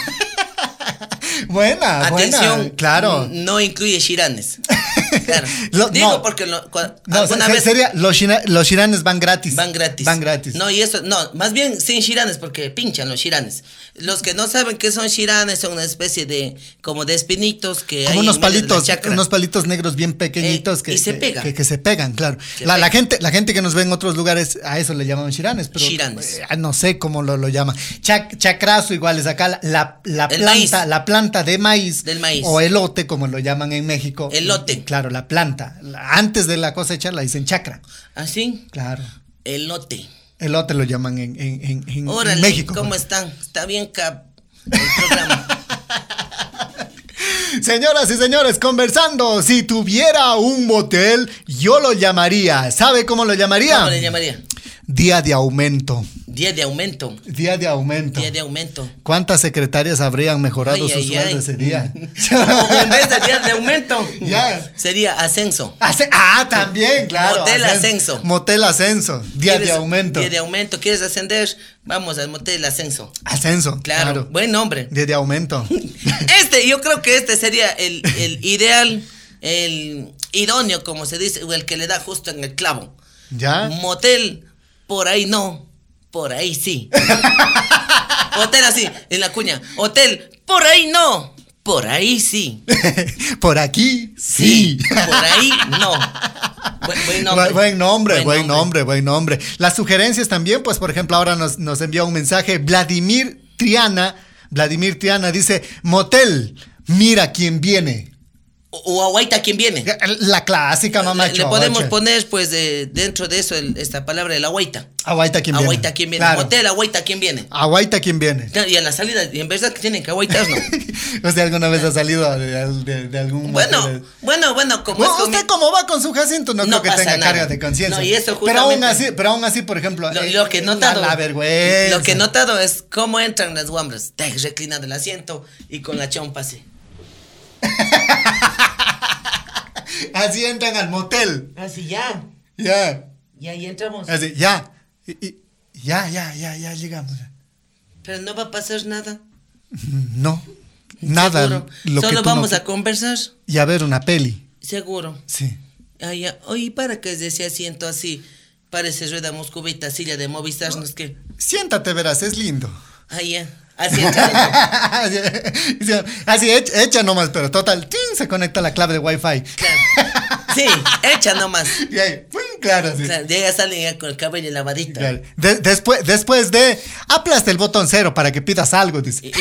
A: buena,
B: Atención.
A: buena. Ah, Claro.
B: n- No
A: <laughs>
B: incluye chiranes. Claro.
A: Lo-
B: Digo
A: no.
B: porque lo- cua-
A: No,
B: alguna
A: se-
B: vez
A: sería, los, china- los chiranes van gratis.
B: van gratis.
A: Van gratis.
B: No, y eso, no, más bien sin chiranes porque pinchan los chiranes. Los que no saben qué son chiranes son una especie de como de espinitos que hay
A: Como unos
B: en medio de la
A: palitos,
B: chacra.
A: unos palitos negros bien pequeñitos
B: Eh,
A: que,
B: y se
A: que-
B: pegan.
A: que- que se pegan, claro.
B: Se
A: La, la
B: pegan.
A: gente, la gente que nos ve en otros lugares, a eso le llaman chiranes, pero
B: Chiranes.
A: eh, no sé cómo lo, lo llaman. Chac- chacrazo igual es acá la, la, la
B: El
A: planta,
B: maíz.
A: la planta de maíz,
B: Del maíz.
A: o elote, como lo llaman en México.
B: Elote.
A: Claro, la planta. La- antes de la cosecha la dicen chacra.
B: Así,
A: Claro.
B: elote.
A: Elote lo llaman en, en- en- en- en
B: Órale,
A: México. pues.
B: ¿cómo están? Está bien cap el programa.
A: <laughs> Señoras y señores, conversando, si tuviera un motel, yo lo llamaría. ¿Sabe cómo lo llamaría?
B: ¿Cómo le llamaría?
A: Día de aumento.
B: Día de aumento.
A: Día de aumento.
B: Día de aumento.
A: ¿Cuántas secretarias habrían mejorado
B: Ay,
A: su
B: ay,
A: sueldo
B: ay.
A: ese <laughs>
B: <laughs>
A: día?
B: O en vez de día de
A: <laughs>
B: aumento,
A: Ya.
B: sería ascenso.
A: Asce- ah, también, claro.
B: Motel
A: ascen-
B: ascenso.
A: Motel ascenso. Día de
B: ¿Quieres-
A: aumento.
B: Día de aumento. ¿Quieres ascender? Vamos al motel ascenso.
A: Ascenso.
B: Claro.
A: Claro.
B: Buen
A: <laughs>
B: nombre.
A: Día de
B: <laughs>
A: aumento.
B: Este, yo creo que este sería el, el ideal, el idóneo, como se dice, o el que le da justo en el clavo.
A: ¿Ya?
B: Mm. Motel, por ahí no, por
A: <laughs>
B: ahí sí. Hotel así, en la cuña. Hotel, por ahí no, Por ahí sí.
A: <laughs> Por aquí, sí.
B: Sí. Por ahí no. Buen, pues, buen nombre.
A: Bu- Buen nombre, buen nombre, buen nombre. Las sugerencias también, pues por ejemplo, ahora nos, nos envía un mensaje Vladimir Triana. Vladimir Triana dice, motel, mira quién viene.
B: O, o aguaita quien viene.
A: La clásica mamá
B: le, le podemos poner, pues, eh, dentro de eso, el- esta palabra, el agüita.
A: Aguaita quien viene.
B: Agüita quien viene.
A: Claro.
B: Hotel, agüita quien viene.
A: Aguaita quien viene. <laughs>
B: Claro, Y a la salida, y en verdad que tienen que agüitar, ¿no?
A: ¿Usted alguna vez ha salido de, de- de algún
B: bueno,
A: motel?
B: bueno, bueno, como
A: Bueno,
B: es comi-
A: Pues usted como va con su Jacinto, no, creo
B: No
A: que
B: pasa
A: tenga
B: nada.
A: carga de conciencia.
B: No, y eso
A: pero aún
B: justamente-
A: así, pero aún así, por ejemplo,
B: Lo,
A: eh,
B: lo que he
A: la-
B: notado.
A: la, vergüenza.
B: Lo que he notado es cómo entran las guambras. Te reclinan del asiento y con la chompa así.
A: Así entran al motel.
B: Así ya.
A: Ya.
B: Y ahí entramos.
A: Así, ya. Y- y- ya, ya, ya, ya llegamos.
B: Pero no va a pasar nada.
A: No. Nada.
B: seguro.
A: Lo que
B: Solo
A: tú
B: vamos
A: no-
B: a conversar.
A: Y a ver una peli.
B: Seguro.
A: Sí.
B: Ay, ya. Oye, ¿para qué es de ese asiento así? Parece rueda moscovita, silla de Movistar, no es que.
A: Siéntate, verás, es lindo.
B: Ay, ya.
A: <laughs>
B: Así entrando.
A: Así, echa, echa nomás, pero total, ¡tin! se conecta la clave de Wi-Fi.
B: Sí, echa nomás.
A: Y ahí, ¡pum! claro, sí.
B: Claro, ya salen ya con el cabello lavadito.
A: Claro. De- después, después de, aplasta el botón cero para que pidas algo,
B: Y, <laughs>
A: dice.
B: y-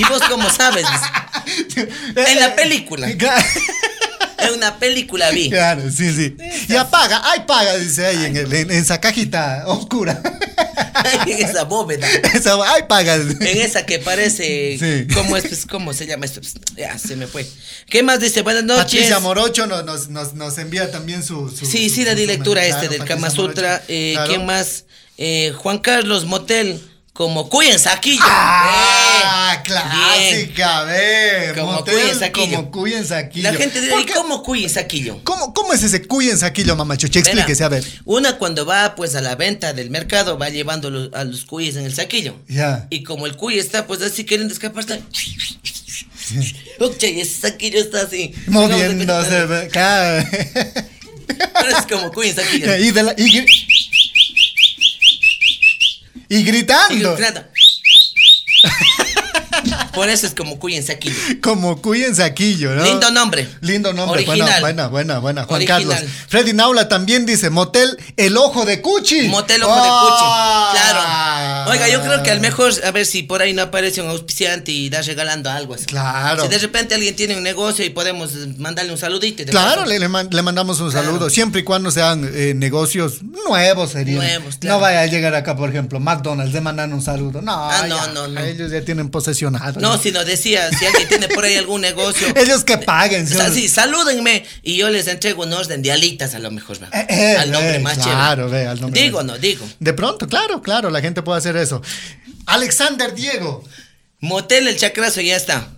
B: y vos cómo sabes. en la película.
A: Claro,
B: Es una película vi.
A: claro, sí, sí. Y apaga, ay, paga, dice ahí en, el- en- en esa cajita oscura.
B: <laughs>
A: <laughs>
B: en esa bóveda.
A: Esa- ay, paga.
B: En esa que parece.
A: Sí.
B: ¿Cómo es? pues, ¿Cómo se llama esto? Pues, Ya, se me fue. ¿Qué más dice? Buenas noches.
A: Patricia Morocho nos, nos, nos, nos envía también su. su-
B: Sí,
A: su-
B: sí, la
A: su
B: di lectura
A: comentario,
B: este del
A: Patricia
B: Kama Sutra.
A: Morocho.
B: Eh,
A: Claro.
B: ¿Quién más? Eh, Juan Carlos Motel, como cuídense aquí.
A: Ah,
B: Bien.
A: clásica, ve.
B: Como
A: motel
B: cuy en saquillo.
A: Como cuy en saquillo.
B: Eh, La gente dice,
A: ¿Por
B: ¿y
A: qué?
B: cómo cuyen saquillo?
A: ¿Cómo, cómo es ese cuy en saquillo, mamá Chuchi?
B: Verá,
A: Explíquese, a ver.
B: Una cuando va pues a la venta del mercado va llevando lo- a los cuyes en el saquillo.
A: Ya.
B: Y como el cuy está pues así queriendo escaparse. <laughs> Ucha, y ese saquillo está así.
A: Moviéndose, ve, claro.
B: <laughs> Pero es como cuy
A: <laughs>
B: en saquillo.
A: y, de la- y gri- y
B: Y
A: gritando.
B: nada. <laughs> Por eso es como cuy en saquillo.
A: Como cuy en saquillo, ¿no?
B: Lindo nombre.
A: Lindo nombre, buena,
B: Original.
A: buena, buena, buena. Juan
B: Original.
A: Carlos. Freddy Naula también dice, motel El Ojo de Cuchi.
B: Motel Ojo de
A: Ah.
B: Cuche. Claro. Oiga, yo creo que al mejor, a ver si por ahí no aparece un auspiciante y da regalando algo así.
A: Claro.
B: Si de repente alguien tiene un negocio y podemos eh, mandarle un saludito. y de
A: Claro,
B: paso-
A: le, le man- le mandamos un
B: Claro.
A: saludo, siempre y cuando sean eh, negocios nuevos, serían.
B: Nuevos, claro.
A: No vaya a llegar acá, por ejemplo, McDonald's, le mandan un saludo. No,
B: Ah, no,
A: ya,
B: no, no.
A: Ellos ya tienen posesionado.
B: No,
A: ya.
B: si nos decía, si alguien tiene por ahí
A: <laughs>
B: algún negocio.
A: Ellos que paguen.
B: o
A: ¿sí?
B: sea, sí, salúdenme y yo les entrego un orden de alitas a lo mejor. va.
A: Eh, eh,
B: al nombre
A: eh,
B: más
A: claro,
B: chévere.
A: ve, al nombre
B: Digo,
A: más-
B: no, digo.
A: De pronto, claro, claro, la gente puede hacer eso. Alexander Diego.
B: Motel El Chacrazo ya está.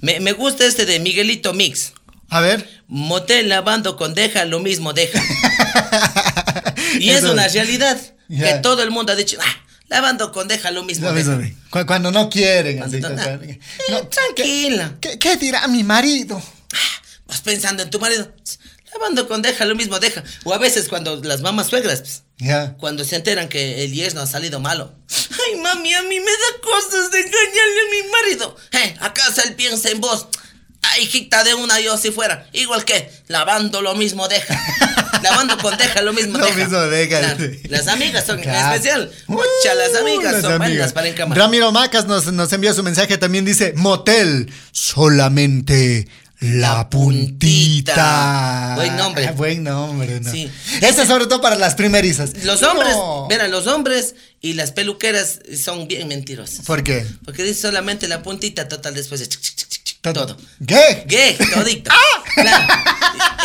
B: Me, me gusta este de Miguelito Mix.
A: A ver.
B: Motel lavando con deja, lo mismo deja. <laughs> Y es
A: Eso.
B: una realidad
A: Ya.
B: que todo el mundo ha dicho, "Ah, lavando con deja lo mismo.
A: No,
B: deja".
A: eso sí. Cu- Cuando no quieren.
B: Cuando <laughs>
A: así,
B: no-
A: cuando-
B: Eh,
A: no,
B: tranquila.
A: ¿qué, qué dirá mi marido?
B: Ah, Vas pensando en tu marido. Lavando con deja lo mismo deja. O a veces cuando las mamás suegras, pues,
A: Ya.
B: cuando se enteran que el yes no ha salido malo. Ay, mami, a mí me da cosas de engañarle a mi marido. Eh, ¿Acaso él piensa en vos? Ay, hijita de una, yo si fuera. Igual que, lavando lo
A: <laughs>
B: mismo deja. lavando con deja lo mismo
A: Lo
B: deja.
A: mismo deja,
B: Claro.
A: sí.
B: Las amigas son en
A: Claro.
B: especial. Muchas las amigas
A: Uh,
B: son
A: amigas.
B: buenas para encamar.
A: Ramiro Macas nos, nos envió su mensaje, también dice, motel, solamente la puntita.
B: puntita. Buen nombre.
A: Ah, Buen nombre, ¿no?
B: Sí.
A: Ese sobre todo para las primerizas.
B: Los hombres,
A: No.
B: verán, los hombres y las peluqueras son bien mentirosos.
A: ¿Por qué?
B: Porque dice solamente la puntita total después de chic, chic, chic, chic, todo.
A: ¿Qué?
B: Gay, todito.
A: <laughs> ¡Ah!
B: Claro.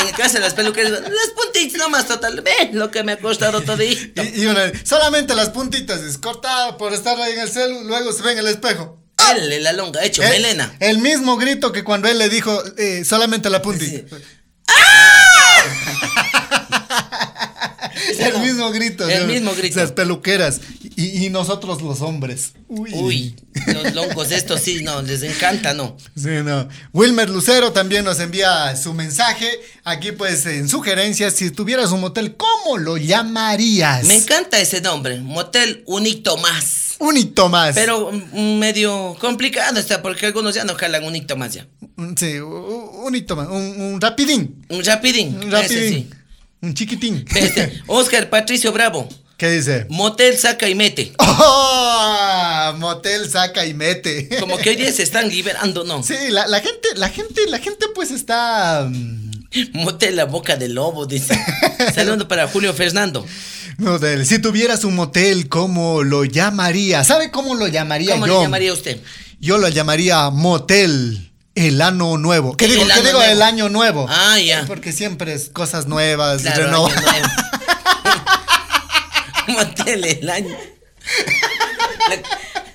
B: En el caso de las peluqueras, las puntitas nomás total. Ve lo que me ha costado todito.
A: Y, y una- solamente las puntitas, es cortada por estar ahí en el celu, luego se ve en el espejo.
B: Él, la longa, hecho,
A: El-
B: melena.
A: El mismo grito que cuando él le dijo eh, solamente la puntita. <laughs> el mismo grito.
B: El
A: ¿no?
B: mismo grito.
A: Esas peluqueras. Y, y nosotros los hombres. Uy.
B: Uy, los longos estos sí, no, les encanta, no.
A: <laughs> Sí, no. Wilmer Lucero también nos envía su mensaje. Aquí, pues, en sugerencias, si tuvieras un motel, ¿cómo lo llamarías?
B: Me encanta ese nombre, Motel Unito Más.
A: Un hito más.
B: Pero mm, medio complicado está porque algunos ya no jalan un hito más ya.
A: Mm, Sí, u- un hito más. Un, un rapidín.
B: Un rapidín.
A: Un
B: ese
A: rapidín.
B: sí.
A: Un chiquitín.
B: Este, Oscar Patricio Bravo.
A: <laughs> ¿Qué dice?
B: Motel saca y mete.
A: ¡Oh! Motel saca y mete.
B: Como que hoy día se están liberando, ¿no?
A: Sí, la, la gente, la gente, la gente pues está... mm,
B: Motel la boca del lobo, dice. Saludo para Julio Fernando.
A: motel. Si tuvieras un motel, ¿cómo lo llamaría? ¿Sabe cómo lo llamaría
B: ¿Cómo
A: yo?
B: le llamaría usted?
A: Yo lo llamaría motel. El ano nuevo. ¿Qué
B: El
A: digo? ¿Qué
B: ano
A: digo?
B: nuevo.
A: El año nuevo.
B: Ah, ya.
A: Porque siempre es cosas nuevas,
B: Claro,
A: renova-
B: año nuevo. <laughs> Motel el año. La-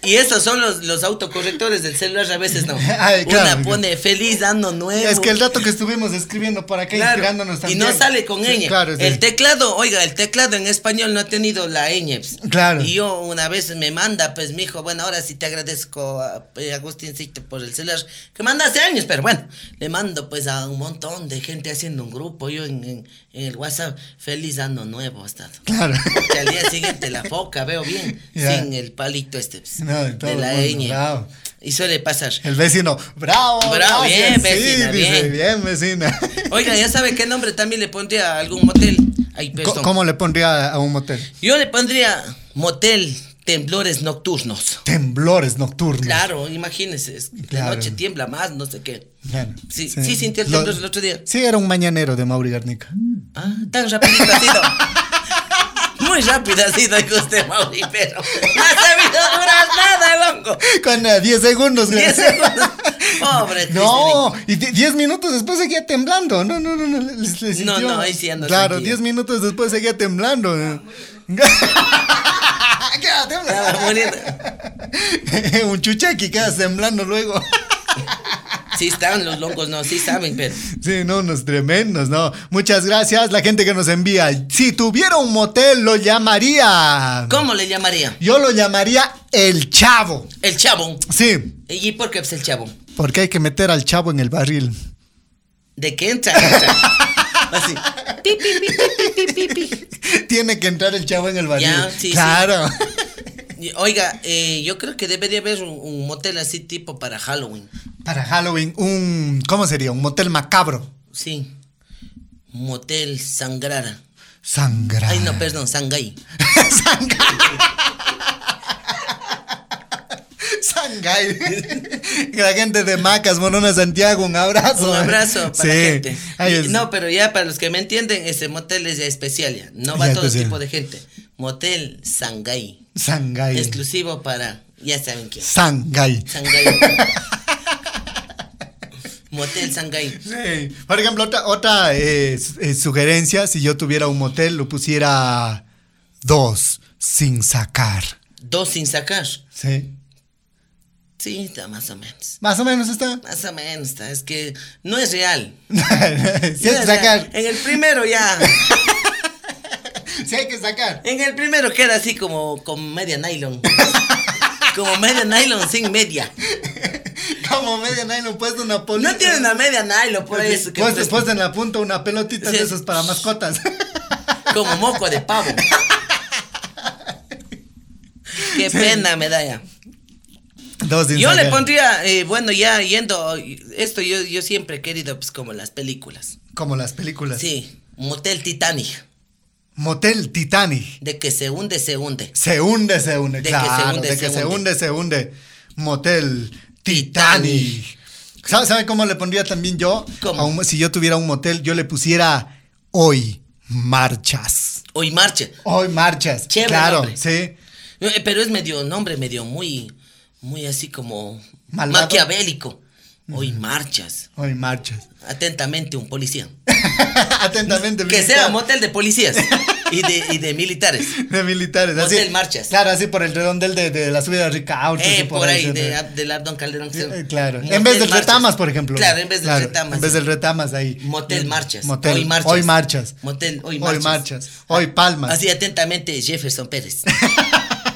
B: Y esos son los, los autocorrectores del celular, a veces no.
A: Ay, claro,
B: Una
A: porque-
B: pone feliz año nuevo.
A: Es que el dato que estuvimos escribiendo por acá,
B: Claro,
A: inspirándonos
B: Y
A: también.
B: no sale con
A: Sí,
B: ñ.
A: Claro, sí.
B: El teclado, oiga, el teclado en español no ha tenido la ñ. pues.
A: Claro.
B: Y yo una vez me manda, pues, mi hijo, bueno, ahora sí te agradezco, a- eh, Agustincito, por el celular, que manda hace años, pero bueno, le mando, pues, a un montón de gente haciendo un grupo, yo en, en- en el WhatsApp, feliz año nuevo, ha estado.
A: <laughs> Claro.
B: Que al día siguiente la foca, veo bien,
A: <laughs> Ya.
B: sin el palito este, pues,
A: No, y todo
B: de la
A: el mundo,
B: ñ.
A: bravo.
B: Y suele pasar.
A: El vecino, bravo.
B: Bravo, bien,
A: gracias".
B: vecina,
A: sí, dice,
B: bien.
A: bien, vecina.
B: Oiga, ya sabe qué nombre también le pondría a algún motel. Ay,
A: Co-
B: perdón.
A: ¿Cómo le pondría a un motel?
B: Yo le pondría motel temblores nocturnos.
A: Temblores nocturnos.
B: Claro, imagínese, es- de
A: Claro.
B: noche tiembla más, no sé qué.
A: Claro,
B: Sí, sí sintió el
A: Lo-
B: temblor el otro día.
A: Sí, era un mañanero de Mauri Garnica. <laughs>
B: Ah, tan rapidito ha sido. Muy rápido ha sido hijo usted, Mauri, pero no ha sabido durar nada, loco.
A: Con eh, 10 segundos. <laughs>
B: Diez
A: gracias.
B: segundos. Pobre
A: No, y di- 10 minutos después seguía temblando. No, no, no, no. le- le- le sintió.
B: no, ahí sí ando
A: Claro,
B: tranquilo.
A: 10
B: Ah,
A: minutos después seguía temblando. Eh. <laughs> Queda
B: Estaba
A: temblando.
B: muriendo.
A: <laughs> Un chuchaqui queda temblando luego.
B: Sí están los locos, no, sí saben, pero...
A: Sí, no, unos tremendos, ¿no? Muchas gracias, la gente que nos envía. Si tuviera un motel, lo llamaría.
B: ¿Cómo le llamaría?
A: Yo lo llamaría El Chavo.
B: El chavo.
A: Sí,
B: ¿Y por qué es el chavo?
A: porque hay que meter al chavo en el barril.
B: ¿De qué entra? entra? Así. Pi, pi, pi, pi, pi, pi, pi.
A: <laughs> Tiene que entrar el chavo en el barril.
B: Ya, sí, <laughs>
A: claro.
B: Y, Oiga, eh, yo creo que debería haber un, un motel así tipo para Halloween.
A: Para Halloween, un. ¿Cómo sería? Un motel macabro.
B: Sí. Motel Sangrara.
A: Sangra.
B: Ay,
A: <laughs>
B: no, perdón, Sangay.
A: Sangra. Sangay. <laughs> La gente de Macas, Monona Santiago, un abrazo.
B: Un abrazo para
A: <laughs>
B: la
A: Sí.
B: gente.
A: Ahí
B: Y-
A: es.
B: No, pero ya para los que me entienden, ese motel es ya especial. ya. No va
A: Ya
B: todo
A: especial.
B: tipo de gente. Motel Sangay.
A: Sangay.
B: Exclusivo para, ya saben quién.
A: Sangay. <laughs>
B: Sangay. motel Sangay.
A: Sí. Por ejemplo, otra, otra eh, su- eh, sugerencia, si yo tuviera un motel, lo pusiera dos sin sacar.
B: Dos sin sacar.
A: Sí.
B: Sí, está más o menos.
A: Más o menos está. <laughs>
B: Más o menos, está, es que no es real.
A: si hay
B: No
A: que
B: es real.
A: sacar.
B: En el primero ya.
A: Si hay que sacar.
B: En el primero queda así como con media nylon. como media nylon sin media.
A: Como media nylon puesto una polita.
B: No tiene una media nylon por eso. Que
A: Puesto,
B: pues,
A: puesto en la punta una pelotita
B: Sí.
A: de esas para mascotas. <laughs>
B: Como moco de pavo. Qué pena me da ya.
A: Dos sin
B: Yo le
A: sacar.
B: pondría, eh, bueno, ya yendo, esto yo, yo siempre he querido, pues como las películas.
A: Como las películas.
B: Sí, Motel Titanic.
A: Motel Titanic.
B: De que se hunde, se hunde.
A: Se hunde, se hunde.
B: De que
A: claro,
B: se hunde,
A: de
B: se
A: que se
B: hunde.
A: hunde, se hunde. Motel Titanic. ¿Sabe, sabe cómo le pondría también yo?
B: ¿Cómo?
A: A un- si yo tuviera un motel, yo le pusiera hoy marchas.
B: Hoy marche.
A: Hoy marchas.
B: Chévere,
A: claro,
B: hombre.
A: sí.
B: No, eh, Pero es medio nombre, medio muy, muy así como
A: Malvado.
B: maquiavélico. Hoy marchas.
A: Hoy marchas. <laughs>
B: Atentamente un policía.
A: Atentamente.
B: Que
A: militar.
B: sea motel de policías y de, y de
A: <laughs>
B: militares.
A: De militares. así.
B: Motel Marchas.
A: Claro, así por el redondel de, de la subida de Ricaurte.
B: Eh,
A: así
B: por ahí,
A: ¿no?
B: de, Ab- del Abdon Calderón. que sea-
A: Eh, Claro, en
B: Motel
A: vez del
B: Marchas.
A: retamas, por ejemplo.
B: Claro, en vez del
A: Claro,
B: retamas.
A: En vez del retamas ahí.
B: Motel Marchas.
A: Motel.
B: Hoy Marchas.
A: Hoy marchas.
B: Motel Hoy
A: Hoy
B: Marchas. Ah,
A: marchas. Hoy palmas.
B: Así atentamente,
A: <laughs>
B: Jefferson Pérez.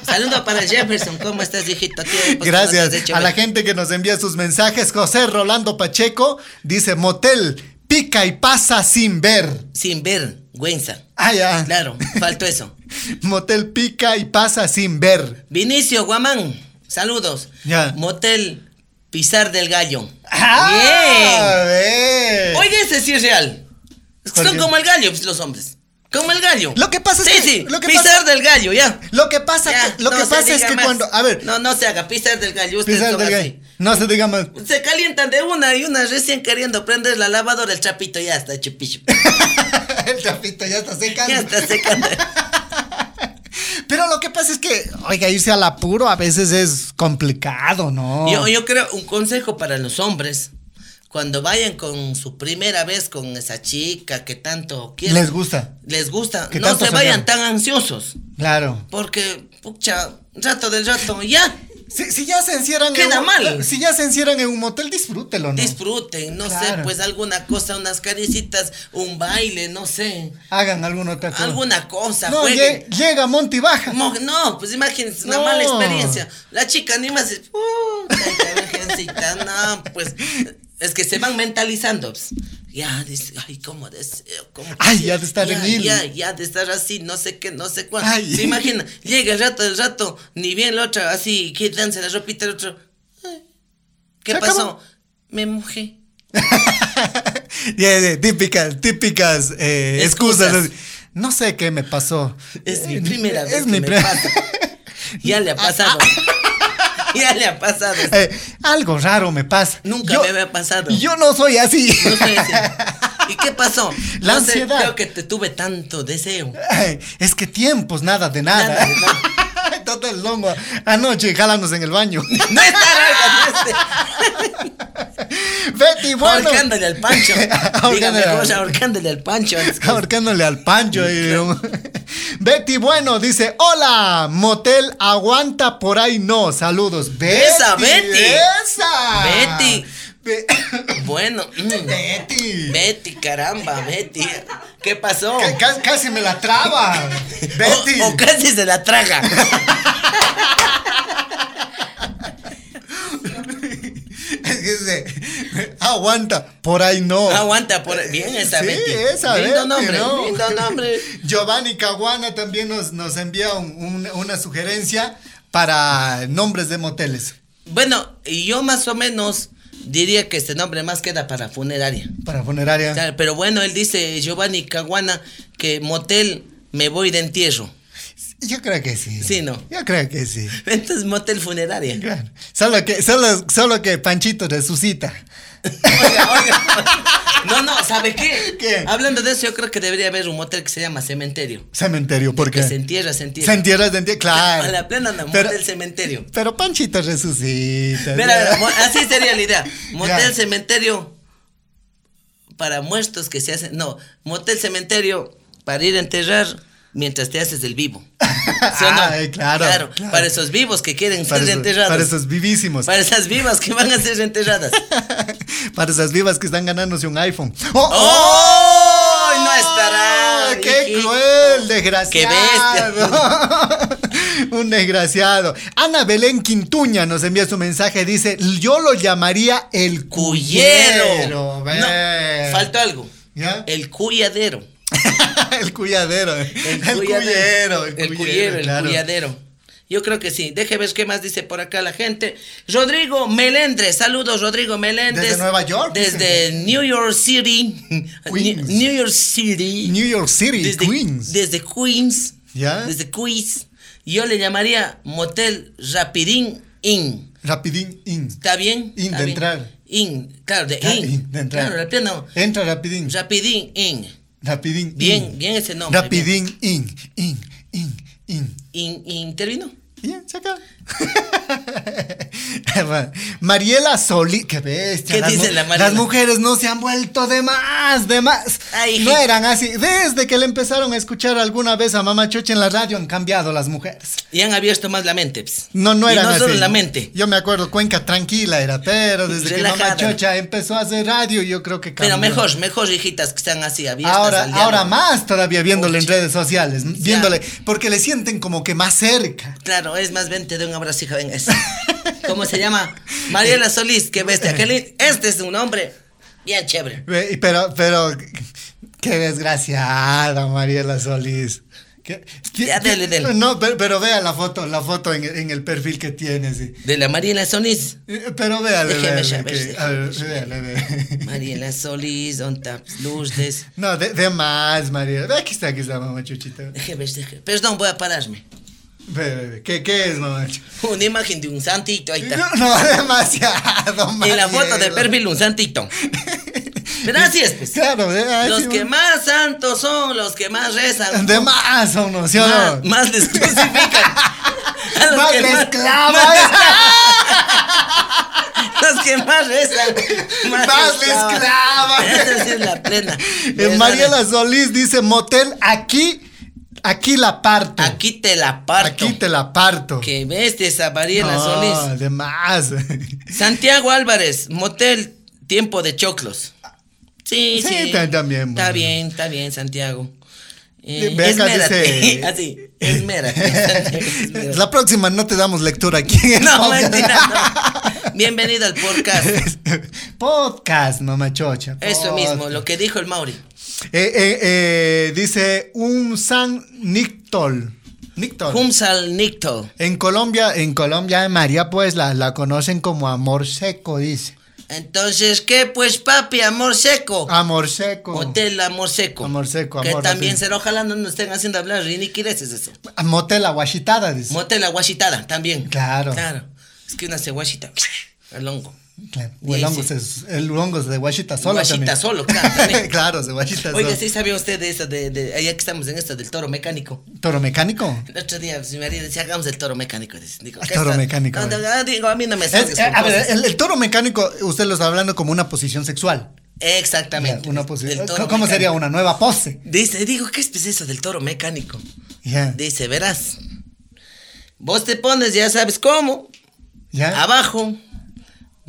B: Saludo para Jefferson. ¿Cómo estás, hijito? Tiempo que no te has
A: Gracias
B: hecho
A: a la
B: ver.
A: gente que nos envía sus mensajes. José Rolando Pacheco dice, motel, pica y pasa sin ver.
B: Sin ver. Güenza.
A: Ah, ya.
B: Claro, faltó eso.
A: Motel pica y pasa sin ver.
B: Vinicio Guamán, saludos.
A: Ya.
B: Motel Pizar del Gallo.
A: Ah, ve.
B: Bien. Oye, ese sí es real. Es que
A: ¿Por
B: son
A: qué?
B: como el gallo, pues, los hombres. Como el gallo.
A: Lo que pasa es
B: sí,
A: que-
B: Sí,
A: lo que
B: Pizar
A: pasa-
B: del Gallo, ya.
A: Lo que pasa,
B: Ya,
A: que- lo
B: no
A: que
B: se
A: pasa es
B: diga
A: que
B: más.
A: cuando. A ver,
B: No, no se haga Pizar del Gallo. Ustedes
A: Pizar
B: son
A: del
B: así.
A: Gallo. No se diga más. <laughs>
B: Se calientan de una y una recién queriendo prender la lavadora el chapito ya está
A: <laughs>
B: chupicho.
A: El chapito ya está secando.
B: Ya está secando.
A: Pero lo que pasa es que, oiga, irse al apuro a veces es complicado, ¿no?
B: Yo, yo creo un consejo para los hombres. Cuando vayan con su primera vez con esa chica que tanto quieren.
A: Les gusta.
B: Les gusta.
A: Que
B: No
A: tanto
B: se vayan
A: soñaron.
B: tan ansiosos.
A: Claro.
B: Porque, pucha, rato del rato, ya.
A: Si, si ya se encierran
B: Queda
A: en un, eh,
B: mal.
A: Si ya se encierran en un motel, disfrútelo, ¿no?
B: Disfruten, no sé,
A: Claro.
B: pues alguna cosa, unas caricitas, un baile, no sé.
A: Hagan alguna otra cosa.
B: Alguna cosa,
A: no,
B: jueguen.
A: lle- llega a Monte y baja.
B: Mo- No, pues imagínense, una
A: No.
B: mala experiencia. La chica ni más. dice, "Uh, "Puta, esta virgencita", no, pues. Es que se van mentalizando. pues. Ya, dice, ay, cómo deseo, cómo
A: Ay,
B: deseo,
A: ya de estar
B: ya,
A: en hilo.
B: Ya, ya de estar así, no sé qué, no sé cuánto.
A: Ay.
B: Se imagina, llega el rato del rato, ni bien la otra, así, quitándose la ropita, el otro. "Ay, ¿Qué
A: Se
B: pasó?
A: acabó.
B: Me mojé.
A: <laughs> Ya, ya, típicas, típicas eh,
B: Excusas.
A: excusas. No sé qué me pasó.
B: Es
A: Eh,
B: mi primera vez
A: es
B: que
A: mi <laughs>
B: me
A: prim-
B: pasa. Ya le
A: <laughs>
B: ha pasado. ya le ha pasado.
A: Eh, algo raro me pasa.
B: Nunca
A: Yo-
B: me había pasado.
A: Yo no soy así.
B: No sé, sí. ¿Y qué pasó?
A: La
B: No sé,
A: ansiedad.
B: Creo que te tuve tanto deseo.
A: <laughs> Ay, es que tiempos, nada de nada.
B: Nada de nada.
A: <laughs> Todo el longo. Anoche, jálanos en el baño. <laughs>
B: No está raro, este.
A: Betty, <laughs> bueno.
B: Ahorcándole al pancho.
A: <laughs>
B: Dígame
A: Ahorcándole al-
B: cosa, ahorcándole al pancho.
A: <laughs>
B: antes que-
A: Ahorcándole al pancho. y- <laughs> Betty Bueno dice, hola, motel, aguanta por ahí no. Saludos. Betty.
B: Esa, Betty.
A: Esa.
B: Betty.
A: Be- <coughs>
B: Bueno, mm,
A: Betty.
B: Betty, caramba, Betty. ¿Qué pasó?
A: Ca- ca- Casi me la
B: <laughs>
A: traba. Betty. <laughs>
B: O, o casi se la traga.
A: Es que se- Aguanta, por ahí no.
B: Aguanta por bien esa
A: Sí,
B: Betty.
A: esa
B: lindo
A: Betty,
B: nombre,
A: ¿no?
B: lindo
A: <laughs>
B: nombre.
A: Giovanni Caguana también nos, nos envía un- un- una sugerencia para nombres de moteles.
B: Bueno, y yo más o menos diría que este nombre más queda para funeraria.
A: Para funeraria.
B: Claro, pero bueno, él dice, Giovanni Caguana, que motel me voy de entierro. <laughs>
A: Yo creo que sí.
B: Sí, ¿no?
A: Yo creo que sí.
B: Entonces, motel funeraria.
A: Claro. Solo que, solo, solo que Panchito resucita.
B: Oiga, oiga, oiga. No, no, ¿sabe qué?
A: ¿Qué?
B: Hablando de eso, yo creo que debería haber un motel que se llama cementerio.
A: Cementerio, porque.
B: Que se entierra, se entierra.
A: Se entierra, se entierra, claro.
B: A la plena, no,
A: Pero-
B: motel cementerio.
A: Pero Panchito resucita.
B: Mira, mira, mo- así sería la idea.
A: <laughs>
B: Motel
A: Ya.
B: cementerio para muertos que se hacen. No, motel cementerio para ir a enterrar mientras te haces del vivo. ¿Sí o no?
A: Ay, claro, claro.
B: Para esos vivos que quieren
A: para,
B: ser
A: esos,
B: enterrados.
A: para esos vivísimos.
B: Para esas vivas que van a ser enterradas.
A: <laughs> Para esas vivas que están ganándose un iPhone. ¡Oh!
B: ¡Oh! No estará.
A: Ah, ¡Qué
B: hijito.
A: cruel, desgraciado! <laughs> Un desgraciado. Ana Belén Quintuña nos envía su mensaje. Dice: Yo lo llamaría el
B: Cuyero.
A: cuyero.
B: No,
A: ve.
B: faltó algo.
A: ¿Ya?
B: El cuyadero.
A: <laughs> el cuyadero. El cuyero.
B: El cuyero, el
A: claro.
B: cuyadero. Yo creo que sí. Deje ver qué más dice por acá la gente. Rodrigo Melendres. Saludos, Rodrigo Melendres.
A: Desde Nueva York,
B: Desde New York City.
A: Queens.
B: New York City.
A: New York City,
B: desde
A: Queens.
B: Desde Queens.
A: Ya.
B: Desde Queens. Yo le llamaría Motel Rapidín Inn.
A: Rapidín, in.
B: ¿Está bien?
A: Inn,
B: ¿Está
A: de
B: bien?
A: entrar.
B: Inn, claro, de
A: Ya,
B: inn.
A: in, de entrar.
B: Claro, rápido no.
A: Entra rapidín.
B: Rapidín Inn.
A: Rapidín.
B: Bien,
A: in.
B: bien ese nombre.
A: Rapidín, in. In, in, in.
B: Bien. In- intervino.
A: Y ya, se <laughs> acaba. Ma- Mariela Solís, qué bestia.
B: ¿Qué
A: las
B: dice
A: mu-
B: la Mariela?
A: Las mujeres no se han vuelto de más, de más.
B: Ay,
A: no
B: hijita.
A: eran así. Desde que le empezaron a escuchar alguna vez a Mamá Choche en la radio han cambiado las mujeres.
B: Y han abierto más la mente. ps.
A: No, no
B: Y
A: eran
B: no solo
A: así.
B: la mente.
A: Yo me acuerdo, Cuenca tranquila era, pero desde
B: Relajada.
A: que Mamá Chocha empezó a hacer radio, yo creo que cambió.
B: Pero mejor, mejor, hijitas, que sean así abiertas.
A: Ahora,
B: al diálogo.
A: ahora más todavía viéndole en
B: Oye.
A: redes sociales, viéndole, porque le sienten como que más cerca.
B: Claro, es más, ven, te doy un abrazo, hija, venga. es- ¿Cómo se llama? Mariela Solís, qué bestia. qué lin- Este es un hombre bien chévere.
A: Ve, y Pero, pero, qué- Qué desgraciada, Mariela Solís. ¿Qué- qué-
B: Ya, dele, dele.
A: No, pero, pero vea la foto, la foto en, en el perfil que tiene, sí.
B: De la Mariela Solís.
A: Eh, Pero véale,
B: Déjeme
A: véale,
B: saber,
A: que-
B: déjeme
A: a ver,
B: saber.
A: véale, véale.
B: Mariela Solís, on taps, Lourdes.
A: No, de, de más, Mariela. Ve, Aquí está, aquí está, mamá Chuchita.
B: Déjeme, déjeme. Perdón, voy a pararme.
A: Ve, ve, ve. ¿Qué, qué es, mamá Chuchita?
B: Una imagen de un santito, ahí está.
A: No, no, demasiado,
B: <laughs> Y la foto de
A: Mariela.
B: perfil, un santito. Pero así es, pues.
A: Claro, de, ay,
B: Los
A: sí,
B: que más santos son los que más rezan.
A: De más son, ¿no? ¿Sí o
B: Más,
A: no?
B: más les crucifican. A los
A: Más
B: que
A: les clavan.
B: <laughs> Los que más rezan.
A: Más les clavan.
B: Esa sí es la plena.
A: <laughs> Eh, Mariela Solís dice, motel, aquí, aquí la parto.
B: Aquí te la parto.
A: Aquí te la parto.
B: Que bestia esa Mariela
A: No,
B: Solís.
A: de
B: <laughs>
A: más.
B: Santiago Álvarez, motel, tiempo de choclos. Sí,
A: Sí,
B: sí.
A: ta- también,
B: Está
A: bueno.
B: bien, está bien, Santiago. Eh,
A: Ve acá,
B: esmérate. <laughs>
A: dice-
B: Así,
A: <laughs>
B: esmérate. Santiago, esmérate.
A: la próxima no te damos lectura aquí. en el
B: No,
A: podcast.
B: mentira,
A: <laughs>
B: no. Bienvenido al podcast.
A: Podcast, mamá chocha.
B: Eso mismo,
A: podcast.
B: lo que dijo el Mauri.
A: Eh, eh, eh, dice un San Nictol. Nictol.
B: Humsal Nicto.
A: En Colombia, en Colombia, María, pues la, la conocen como amor seco, dice.
B: Entonces, ¿qué? Pues, papi, amor seco.
A: Amor seco.
B: Hotel Amor Seco.
A: Ah, oh. Amor Seco,
B: Que
A: amor,
B: también
A: así.
B: será, ojalá no nos estén haciendo hablar, ni quieres eso.
A: Motel aguachitada, dice.
B: Motel Aguachitada, también.
A: Claro.
B: Claro. Es que una ceguachita. <sniffs> Al hongo.
A: Claro, o el,
B: Sí,
A: hongo
B: sí.
A: se- el hongo se de guachita solo.
B: Guachita
A: también. <laughs>
B: solo, claro, también.
A: claro, se guachita
B: Oiga,
A: solo.
B: ¿sí sabía usted de esta de, de- allá que estamos en esta del toro mecánico?
A: ¿Toro mecánico?
B: El otro día mi marido decía, hagamos el toro mecánico. dice. Digo,
A: El
B: ¿qué
A: toro
B: está?
A: mecánico,
B: No,
A: a ver.
B: no, no, digo, a mí no me
A: Es-
B: salgas
A: eh,
B: con
A: a ver,
B: cosas.
A: el, el toro mecánico, usted lo está hablando como una posición sexual.
B: Exactamente.
A: eh, Una
B: del
A: posición.
B: toro
A: ¿Cómo
B: mecánico.
A: sería una nueva pose?
B: Dice, digo, ¿qué es pues, eso del toro mecánico?
A: Ya.
B: Dice, verás, vos te pones, ya sabes cómo,
A: ¿Ya?
B: abajo,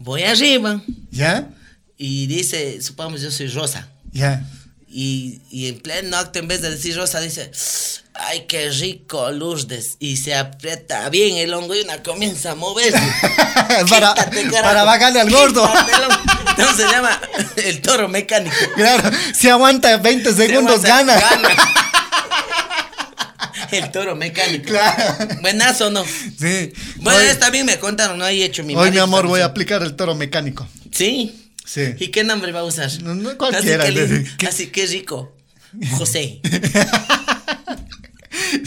B: voy arriba,
A: ¿Ya?
B: y dice, supongamos yo soy rosa,
A: ¿Ya?
B: y, y en pleno acto, en vez de decir rosa, dice, ay, qué rico, Lourdes, y se aprieta bien el hongo y una comienza
A: <laughs>
B: a moverse.
A: Para-
B: Quítate, carajo.
A: para bajarle al gordo.
B: Quítate, loco. Entonces se llama el toro mecánico.
A: Claro, si aguanta 20 segundos,
B: Se aguanta,
A: gana.
B: El toro mecánico.
A: <laughs> Claro.
B: Buenazo, ¿no?
A: Sí.
B: Bueno,
A: hoy,
B: esta también me contaron, no he hecho mi
A: hoy, mi
B: marido,
A: amor, voy a
B: ¿sí?
A: aplicar el toro mecánico.
B: Sí.
A: Sí.
B: ¿Y qué nombre va a usar?
A: No, no, cualquiera,
B: Así que,
A: sí,
B: li-
A: sí. ¿Qué?
B: así
A: <laughs>
B: que rico. José.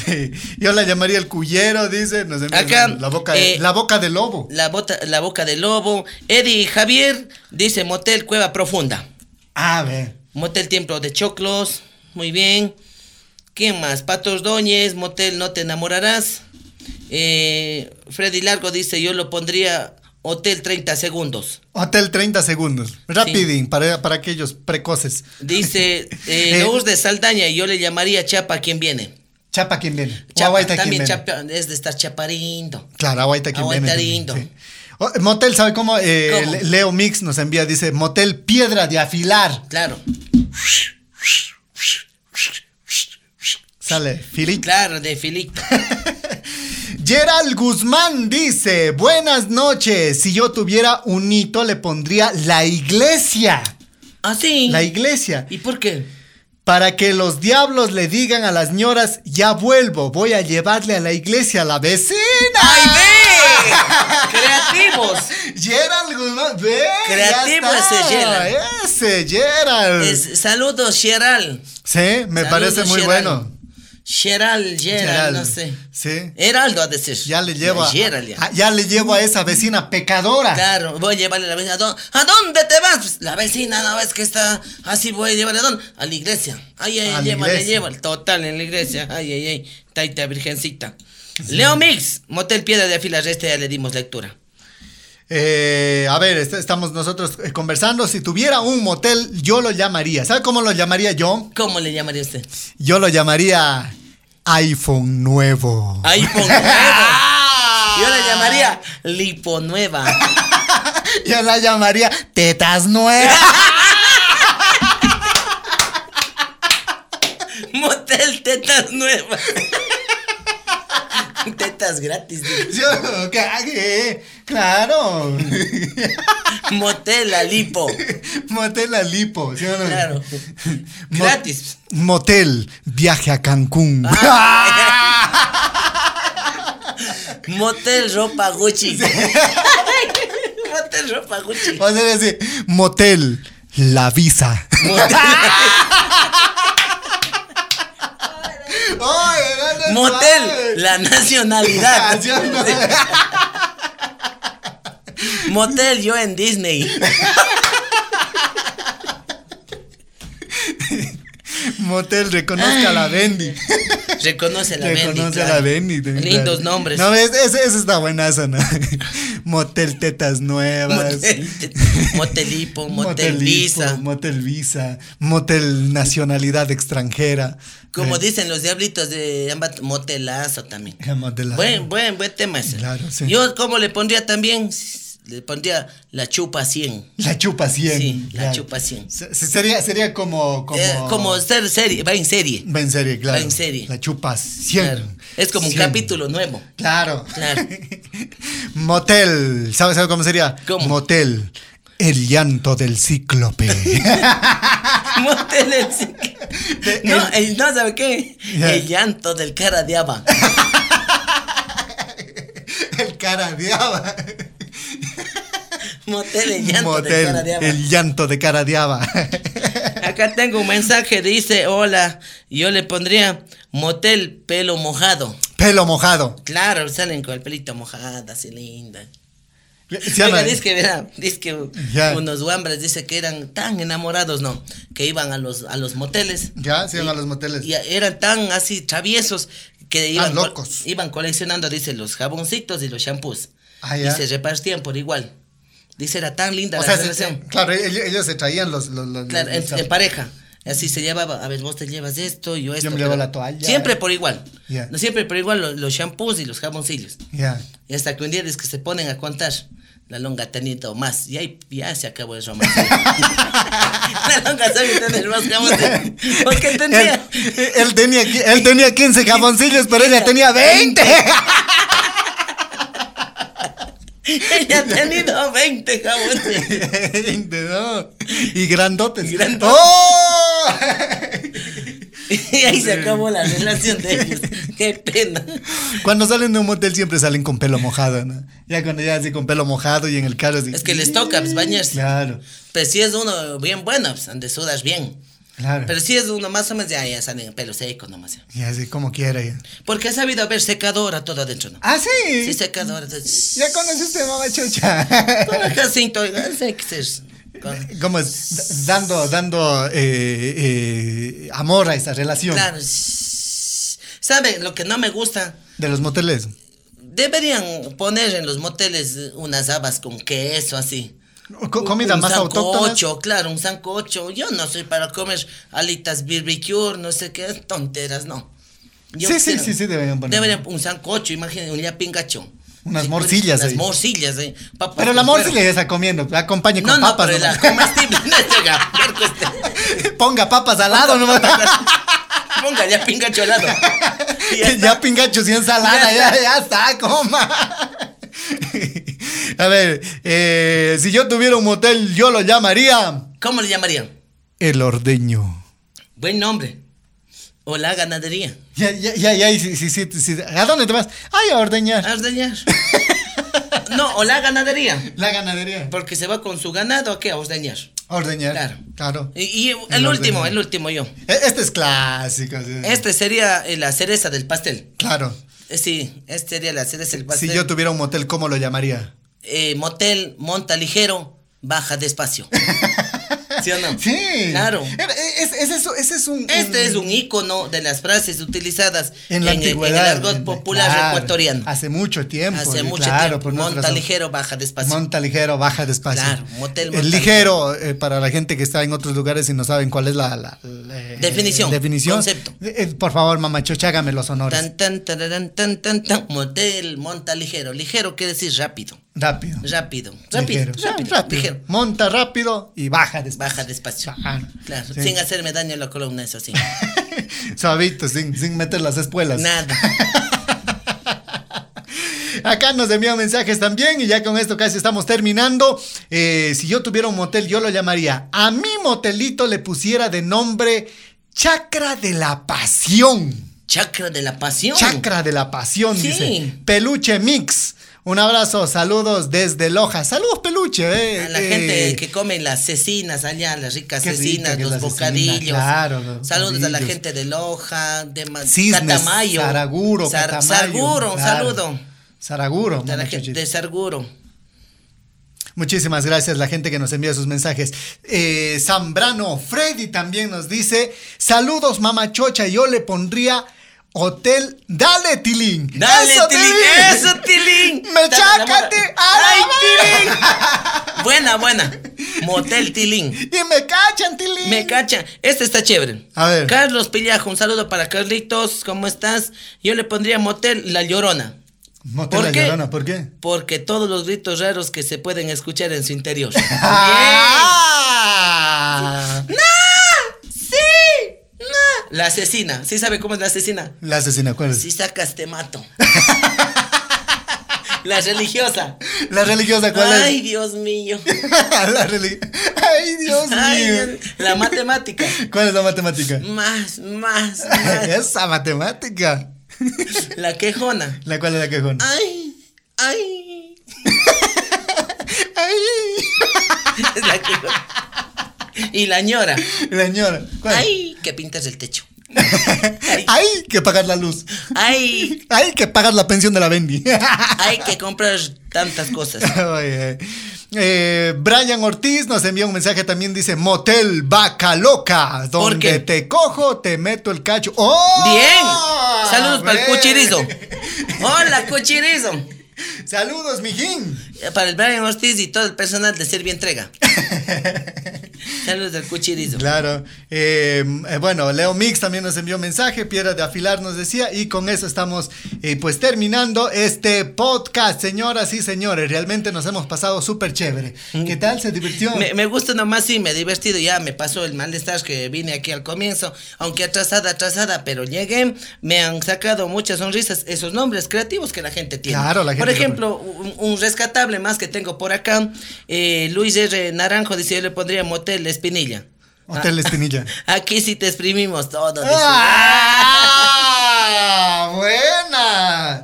A: Sí, Yo la llamaría el cuyero, dice. nos envían
B: Acá,
A: la, boca de-
B: eh,
A: la boca de lobo.
B: La, bota, la boca de lobo. Eddie Javier dice motel cueva profunda.
A: A ver.
B: Motel Tiempo de Choclos, muy bien. ¿Quién más? Patos Doñez, Motel No Te Enamorarás. Eh, Freddy Largo dice, yo lo pondría Hotel 30 Segundos.
A: Hotel 30 segundos. Rapidín, para, para aquellos precoces.
B: Dice
A: Eh.
B: eh, Luz de Saldaña, y yo le llamaría Chapa quien viene.
A: Chapa quien viene. O
B: Chapa,
A: aguaita quien
B: también
A: viene.
B: Chapa es de estar chaparindo.
A: Claro, aguaita quien viene.
B: Aguaitarindo.
A: sí. O- Motel, ¿sabe cómo? Eh,
B: ¿Cómo?
A: Le- Leo Mix nos envía, dice, motel piedra de afilar.
B: Claro,
A: Sale, Filip.
B: claro, de Filito.
A: Gerald Guzmán dice, buenas noches. Si yo tuviera un hito, le pondría la iglesia.
B: Ah, sí.
A: La iglesia.
B: ¿Y por qué?
A: Para que los diablos le digan a las ñoras, ya vuelvo, voy a llevarle a la iglesia a la vecina.
B: ¡Ay, ve! ¡Creativos!
A: Gerald Guzmán, ve.
B: Creativo
A: ya está.
B: ese Gerald.
A: Ese Gerald.
B: Es- saludos, Sheral.
A: Sí, me
B: Saludos,
A: parece muy
B: Gerald.
A: bueno.
B: Sheral, Sheral,
A: Gerald,
B: no sé.
A: Sí.
B: Heraldo a decir.
A: Ya le llevo a, Ah.
B: Gerald, ya.
A: a- ya le llevo a esa vecina pecadora.
B: Claro, voy a llevarle a la vecina. ¿A dónde, ¿A dónde te vas? Pues, La vecina, no ves que está así, voy a llevarle a dónde? A la iglesia. Ay, ay,
A: A la
B: ay, llévale,
A: iglesia.
B: llévale. Total, en la iglesia. Ay, ay, ay. Taita Virgencita. Leo Mix, Motel Piedra de Afilas, este ya le dimos lectura.
A: Eh, a ver, est- estamos nosotros eh, conversando. Si tuviera un motel, yo lo llamaría. ¿Sabe cómo lo llamaría yo?
B: ¿Cómo le llamaría usted?
A: Yo lo llamaría iPhone nuevo. <laughs>
B: iPhone nuevo. Yo le llamaría Lipo Nueva.
A: Yo la llamaría tetas nuevas. <laughs>
B: Motel Tetas Nueva. Tetas
D: motas gratis. dice.
A: <laughs> Yo cagué, claro.
B: Motel a Lipo.
A: Motel a Lipo, ¿sí o no?
B: Claro.
A: <laughs>
B: Gratis.
A: Motel, viaje a Cancún.
B: Ah. Motel ropa Gucci. <laughs> Motel ropa
A: <laughs>
B: Gucci.
A: O sea, así, motel, la
B: <laughs>
A: visa. Oye, no, no sabes.
B: Motel, la
A: <laughs>
B: nacionalidad.
A: Ah, ¿sí o no?
B: Motel, yo en Disney.
A: Motel, reconozca a la Bendy.
B: Reconoce la Bendy.
A: Reconoce a
B: claro.
A: la Bendy. de-
B: Lindos
A: claro.
B: nombres.
A: No, es- es- esa está buenaza, ¿no? <laughs> Motel Tetas Nuevas.
B: Motel, Motelipo, Motel
A: Hipo,
B: Visa.
A: Motel Visa. Motel Nacionalidad Extranjera.
B: Como
A: Eh,
B: dicen los diablitos de Ambato, motelazo también.
A: <laughs> Motelazo.
B: Buen, buen, buen tema ese.
A: Claro, sí.
B: Yo, ¿cómo le pondría también? Le pondría la chupa 100.
A: La chupa 100.
B: Sí, la
A: claro.
B: chupa 100.
A: Se- se- Sería, sería como. Como,
B: Eh, como ser serie, va en serie.
A: Va en serie, claro.
B: Va en serie.
A: La chupa 100.
B: Claro. Es como un
A: 100.
B: capítulo nuevo. <laughs>
A: Claro.
B: Claro.
A: <laughs> Motel. ¿Sabes sabe cómo sería?
B: ¿Cómo?
A: Motel. El llanto del cíclope.
B: Motel el sí.
A: De-
B: <laughs> No, el- no, ¿sabe qué?
A: Ya.
B: El llanto del cara de Abba.
A: el cara de haba.
B: <laughs> Motel el llanto del cara
A: Motel.
B: de Abba.
A: El llanto de cara de haba. <laughs>
B: Acá tengo un mensaje, dice, hola, yo le pondría motel pelo mojado.
A: Pelo mojado.
B: Claro, salen con el pelito mojado, así linda.
A: Se
B: Oiga,
A: llama-
B: dice que, verá, dice que
A: Ya.
B: unos hombres dice que eran tan enamorados, no, que iban a los, a los moteles.
A: Ya, se llaman los moteles.
B: Y eran tan así traviesos que iban, co-
A: locos.
B: iban coleccionando, dice, los jaboncitos y los shampoos.
A: Ah,
B: y
A: ya.
B: se repartían por igual. Dice, era tan linda
A: o
B: la
A: sea, se-
B: relación.
A: claro, e-, ellos, ellos se traían los. los, los-
B: Claro,
A: los-
B: en, en pareja. Así se llevaba, a ver, vos te llevas esto, yo esto.
A: me llevo
B: pero
A: la toalla.
B: Siempre por igual.
A: Ya.
B: No, Siempre por igual lo- los shampoos y los jaboncillos. <laughs>
A: Ya.
B: Y hasta que un día es que se ponen a contar la longa tenita o más. Y ahí ya se acabó
A: <laughs>
B: el romance. la longa sabe tener más jaboncillos. Porque tenía.
A: Él, él tenía, qui- él tenía 15 jaboncillos, pero ella tenía 20.
B: Ella ha tenido 20 jaboncillos.
A: <laughs> 20, no. Y grandotes.
B: Grandotes.
A: ¡Oh! <laughs>
B: Y ahí se acabó la relación de ellos. Qué pena.
A: Cuando salen de un motel siempre salen con pelo mojado, ¿no? Ya cuando ya así con pelo mojado y en el carro así.
B: Es que les toca pues, bañarse.
A: Claro,
B: Pero si es uno bien bueno, pues donde sudas bien.
A: claro.
B: Pero si es uno más o menos, ya, ya salen pelo seco nomás. ya.
A: Y así como quiera ya.
B: Porque ha sabido haber secadora todo adentro, ¿no?
A: Ah, sí.
B: Sí, secadora. entonces,
A: Ya conociste mamá chucha.
B: Con el Jacinto, oiga, sé que es- con-
A: <laughs> ¿Cómo es? D- Dando, dando eh, eh, amor a esa relación
B: Claro. ¿Sabe lo que no me gusta?
A: de los moteles.
B: Deberían poner en los moteles eh, unas habas con queso, así.
A: Co- comida
B: un
A: más autóctona.
B: sancocho, claro, un sancocho. Yo no soy para comer alitas barbecue, no sé qué, tonteras, no. Yo
A: Sí, sí,
B: quisiera-
A: sí, sí, deberían poner.
B: Deberían un sancocho, imagínense, un yapingacho.
A: Unas morcillas
B: Unas
A: ahí.
B: morcillas, eh. papas
A: Pero
B: con
A: la
B: cuero.
A: morcilla ya está comiendo. Acompañe
B: No,
A: con
B: no,
A: papas.
B: pero la
A: nomás.
B: <laughs> comestible no es de gabarco este.
A: <laughs> Ponga papas al lado nomás.
B: Ponga ya pingacho
A: <laughs>
B: al lado. Y ya está.
A: ya pingacho y ensalada,
B: Ya
A: ya, ya está, coma. <laughs> A ver, eh, si yo tuviera un motel, yo lo llamaría
B: ¿Cómo le llamarían?
A: El Ordeño.
B: Buen nombre. O la ganadería.
A: Ya, ya, ya, ya, y si- si- si- si- ¿a dónde te vas? Ay, a ordeñar.
B: Ordeñar. No, o la ganadería.
A: La ganadería.
B: Porque se va con su ganado, ¿a qué? A ordeñar.
A: Ordeñar. Claro.
B: Claro. Y, y el,
A: El
B: último,
A: ordeñar.
B: el último yo.
A: E- Este es clásico. sí.
B: Este sería eh, la cereza del pastel.
A: Claro.
B: Eh, Sí, este sería la cereza del pastel.
A: Si yo tuviera un motel, ¿cómo lo llamaría?
B: Eh, motel, monta ligero, baja despacio. ¿Sí o no?
A: <laughs> Sí. Eh,
B: Claro.
A: Era- es- es eso- ese es un.
B: Este es un ícono de las frases utilizadas
A: En la
B: el-
A: antigüedad.
B: el argot
A: en-
B: popular
A: claro,
B: ecuatoriano.
A: Hace mucho tiempo.
B: Hace
A: y
B: mucho
A: claro,
B: tiempo.
A: por nuestra
B: Monta
A: razón.
B: ligero, baja despacio.
A: Monta ligero, baja despacio.
B: Claro, motel, monta
A: El ligero, eh, para la gente que está en otros lugares y no saben cuál es la, la- la, eh,
B: Definición,
A: definición.
B: concepto.
A: Eh, eh, por favor, mamá Chocha, hágame los honores.
B: Tan, tan, tararán, tan, tan, tan. Motel, monta ligero. Ligero quiere decir rápido.
A: rápido.
B: Rápido. Rápido.
A: Ligero.
B: Rápido.
A: Ah, rápido.
B: Ligero.
A: Monta rápido y baja despacio.
B: Baja despacio.
A: Ajá.
B: Claro.
A: Sí.
B: Sin hacerme daño a la columna, eso sí.
A: Suavito, sin, sin meter las espuelas.
B: Nada.
A: Acá nos envían mensajes también y ya con esto casi estamos terminando. Eh, si yo tuviera un motel, yo lo llamaría. A mi motelito le pusiera de nombre Chakra de la Pasión.
B: Chakra de la pasión.
A: Chakra de la pasión,
B: Sí.
A: dice. Peluche Mix. Un abrazo, saludos desde Loja. Saludos, peluche. eh,
B: A la
A: eh.
B: gente que come las cecinas allá, las ricas
A: Qué rica
B: cecinas,
A: que es
B: los
A: la cecina,
B: bocadillos.
A: claro, los
B: Saludos a la
A: bocadillos.
B: gente de Loja, de Ma-
A: Cisnes,
B: Catamayo.
A: Saraguro,
B: Sar-
A: Catamayo,
B: Sarguro, un
A: claro.
B: saludo.
A: Saraguro.
B: De la
A: mano
B: gente
A: chuchita.
B: de Sarguro.
A: Muchísimas gracias la gente que nos envía sus mensajes. Eh, Zambrano Freddy también nos dice, saludos mamachocha, yo le pondría hotel, dale tilín.
B: Dale,
A: ¡Eso,
B: Tilín,
A: Tilín!
B: eso,
A: <laughs>
B: Tilín.
A: Me
B: Dale,
A: chácate,
B: enamora-
A: ay,
B: ay, Tilín. buena, buena. Motel Tilín.
A: Y me cachan, tilín.
B: Me cacha. Este está chévere.
A: A ver.
B: Carlos Pillajo, un saludo para Carlitos. ¿Cómo estás? Yo le pondría motel La Llorona.
A: Motel
B: ¿Por
A: La
B: qué?
A: Llorona, ¿por qué?
B: Porque todos los gritos raros que se pueden escuchar en
A: <laughs>
B: su interior.
A: Ah.
B: ¡Sí! ¡No! La asesina. ¿Sí sabe cómo es la asesina?
A: La asesina, ¿cuál es?
B: Si sacas, te
A: <laughs>
B: mato. la religiosa.
A: La religiosa, ¿cuál
B: Ay, Dios mío.
A: es? <laughs> la religi- Ay, Dios mío.
B: Ay, Dios- La matemática.
A: ¿Cuál es la matemática?
B: Más, más, más.
A: <laughs> Esa matemática.
B: La quejona.
A: ¿La cual es la quejón?
B: Ay, ay. <laughs>
A: Ay.
B: Es la quejona. Y la ñora.
A: La señora. ¿Cuál? <laughs>
B: Ay, que pintas el techo. Ay.
A: Ay, que pagar la luz.
B: Ay,
A: Ay, que pagas la pensión de la Bendy. <laughs>
B: Hay que comprar tantas cosas.
A: Oye. Eh, Brian Ortiz nos envía un mensaje también, dice Motel Vaca Loca,
B: ¿Por
A: donde
B: qué?
A: te cojo, te meto el cacho. ¡Oh!
B: Bien. Saludos para el
A: Bien.
B: cuchirizo. Hola, cuchirizo.
A: <laughs> Saludos, mijín. <laughs>
B: Eh, Para el Brian Ortiz y todo el personal de Serbia Entrega. Saludos del cuchirizo.
A: Claro. Eh, eh, bueno, Leo Mix también nos envió un mensaje, Piedra de Afilar nos decía, y con eso estamos eh, pues terminando este podcast, señoras y señores. Realmente nos hemos pasado súper chévere. ¿Qué tal? ¿Se divirtió?
B: Mm. Me, me gusta nomás, sí, me he divertido. Ya me pasó el malestar que vine aquí al comienzo. Aunque atrasada, atrasada, pero llegué. Me han sacado muchas sonrisas esos nombres creativos que la gente tiene.
A: Claro, la gente
B: Por
A: lo-
B: ejemplo, un, un rescatable más que tengo por acá. eh, Luis R. Naranjo dice: Yo le pondría motel Espinilla. Ah,
A: Hotel Espinilla.
B: <laughs> Aquí sí te exprimimos todo. dice.
A: ¡Ah! ¡Buena!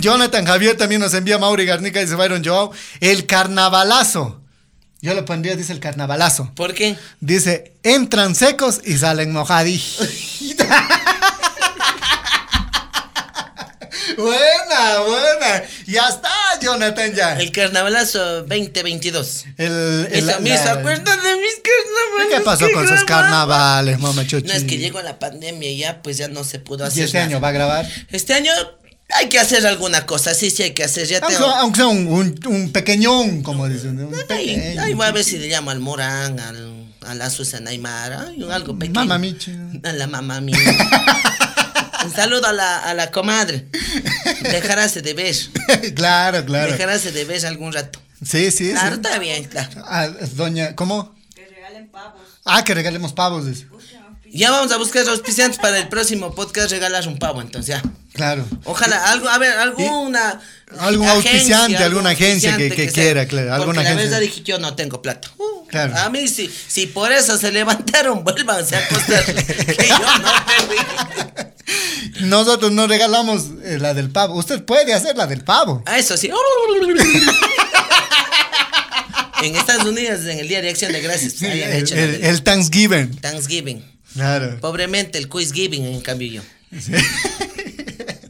A: Jonathan Javier también nos envía Mauri Garnica, dice Byron Joao. El carnavalazo. Yo lo pondría, dice el carnavalazo.
B: ¿Por qué?
A: Dice, entran secos y salen mojaditos. <laughs> buena, buena. Ya está, Jonathan, ya.
B: El carnavalazo 2022.
A: El- el-
B: Mis amigos,
A: la-
B: ¿acuerdan de mis carnavales?
A: ¿Qué pasó
B: que
A: con sus
B: grababa?
A: carnavales, mamá
B: No, es que llegó la pandemia y ya, pues ya no se pudo hacer.
A: ¿Y este
B: nada.
A: año va a grabar?
B: Este año hay que hacer alguna cosa, sí, sí hay que hacer. Ya
A: Aunque,
B: tengo.
A: aunque sea un, un, un pequeñón, como dicen. Un
B: Ay,
A: pequeño.
B: ay, voy a ver si le llamo al Morán, al, a la Susana Aymar, ay, algo pequeño.
A: Mamá Michi.
B: A la mamá mía. Un saludo a la, a la comadre. Dejarás de ver.
A: <laughs> claro, claro.
B: Dejarás de ver algún rato.
A: Sí, sí, sí.
B: Claro, está bien, claro.
A: Ah, doña, ¿cómo?
D: Que regalen pavos.
A: Ah, que regalemos pavos. dice.
B: Ya vamos a buscar auspiciantes para el próximo podcast regalar un pavo, entonces ya.
A: Claro.
B: Ojalá, algo, a ver, alguna.
A: Algún auspiciante, alguna agencia que- que
B: sea.
A: quiera, claro,
B: Porque
A: alguna
B: La
A: agencia.
B: verdad dije, yo no tengo plata. Uh,
A: Claro.
B: A mí, si, si por eso se levantaron, <laughs> vuélvanse a acostar. <laughs> que yo no perdí.
A: Nosotros no regalamos eh, la del pavo. Usted puede hacer la del pavo.
B: A eso sí. <laughs> en Estados Unidos, en el Día de Acción de Gracias,
A: El,
B: hayan hecho la
A: el-
B: del
A: el Thanksgiving.
B: Thanksgiving.
A: Claro.
B: Pobremente, el quiz giving, en cambio yo.
A: Sí.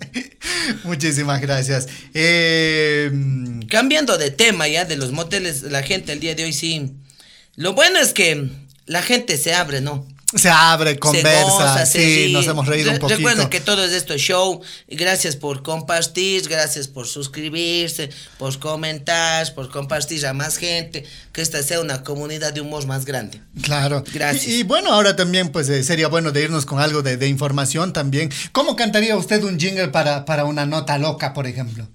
A: <laughs> Muchísimas gracias. Eh, mm,
B: Cambiando de tema ya de los moteles, la gente el día de hoy sí. Lo bueno es que la gente se abre, ¿no?
A: se abre, conversa.
B: Se goza, se
A: sí,
B: ríe.
A: nos hemos reído un
B: Re-
A: poquito.
B: Recuerden que todo es esto es show. Gracias por compartir, gracias por suscribirse, por comentar, por compartir a más gente. Que esta sea una comunidad de humor más grande.
A: Claro.
B: Gracias.
A: Y, y bueno, ahora también pues eh, sería bueno de irnos con algo de, de información también. ¿Cómo cantaría usted un jingle para, para una nota loca, por ejemplo?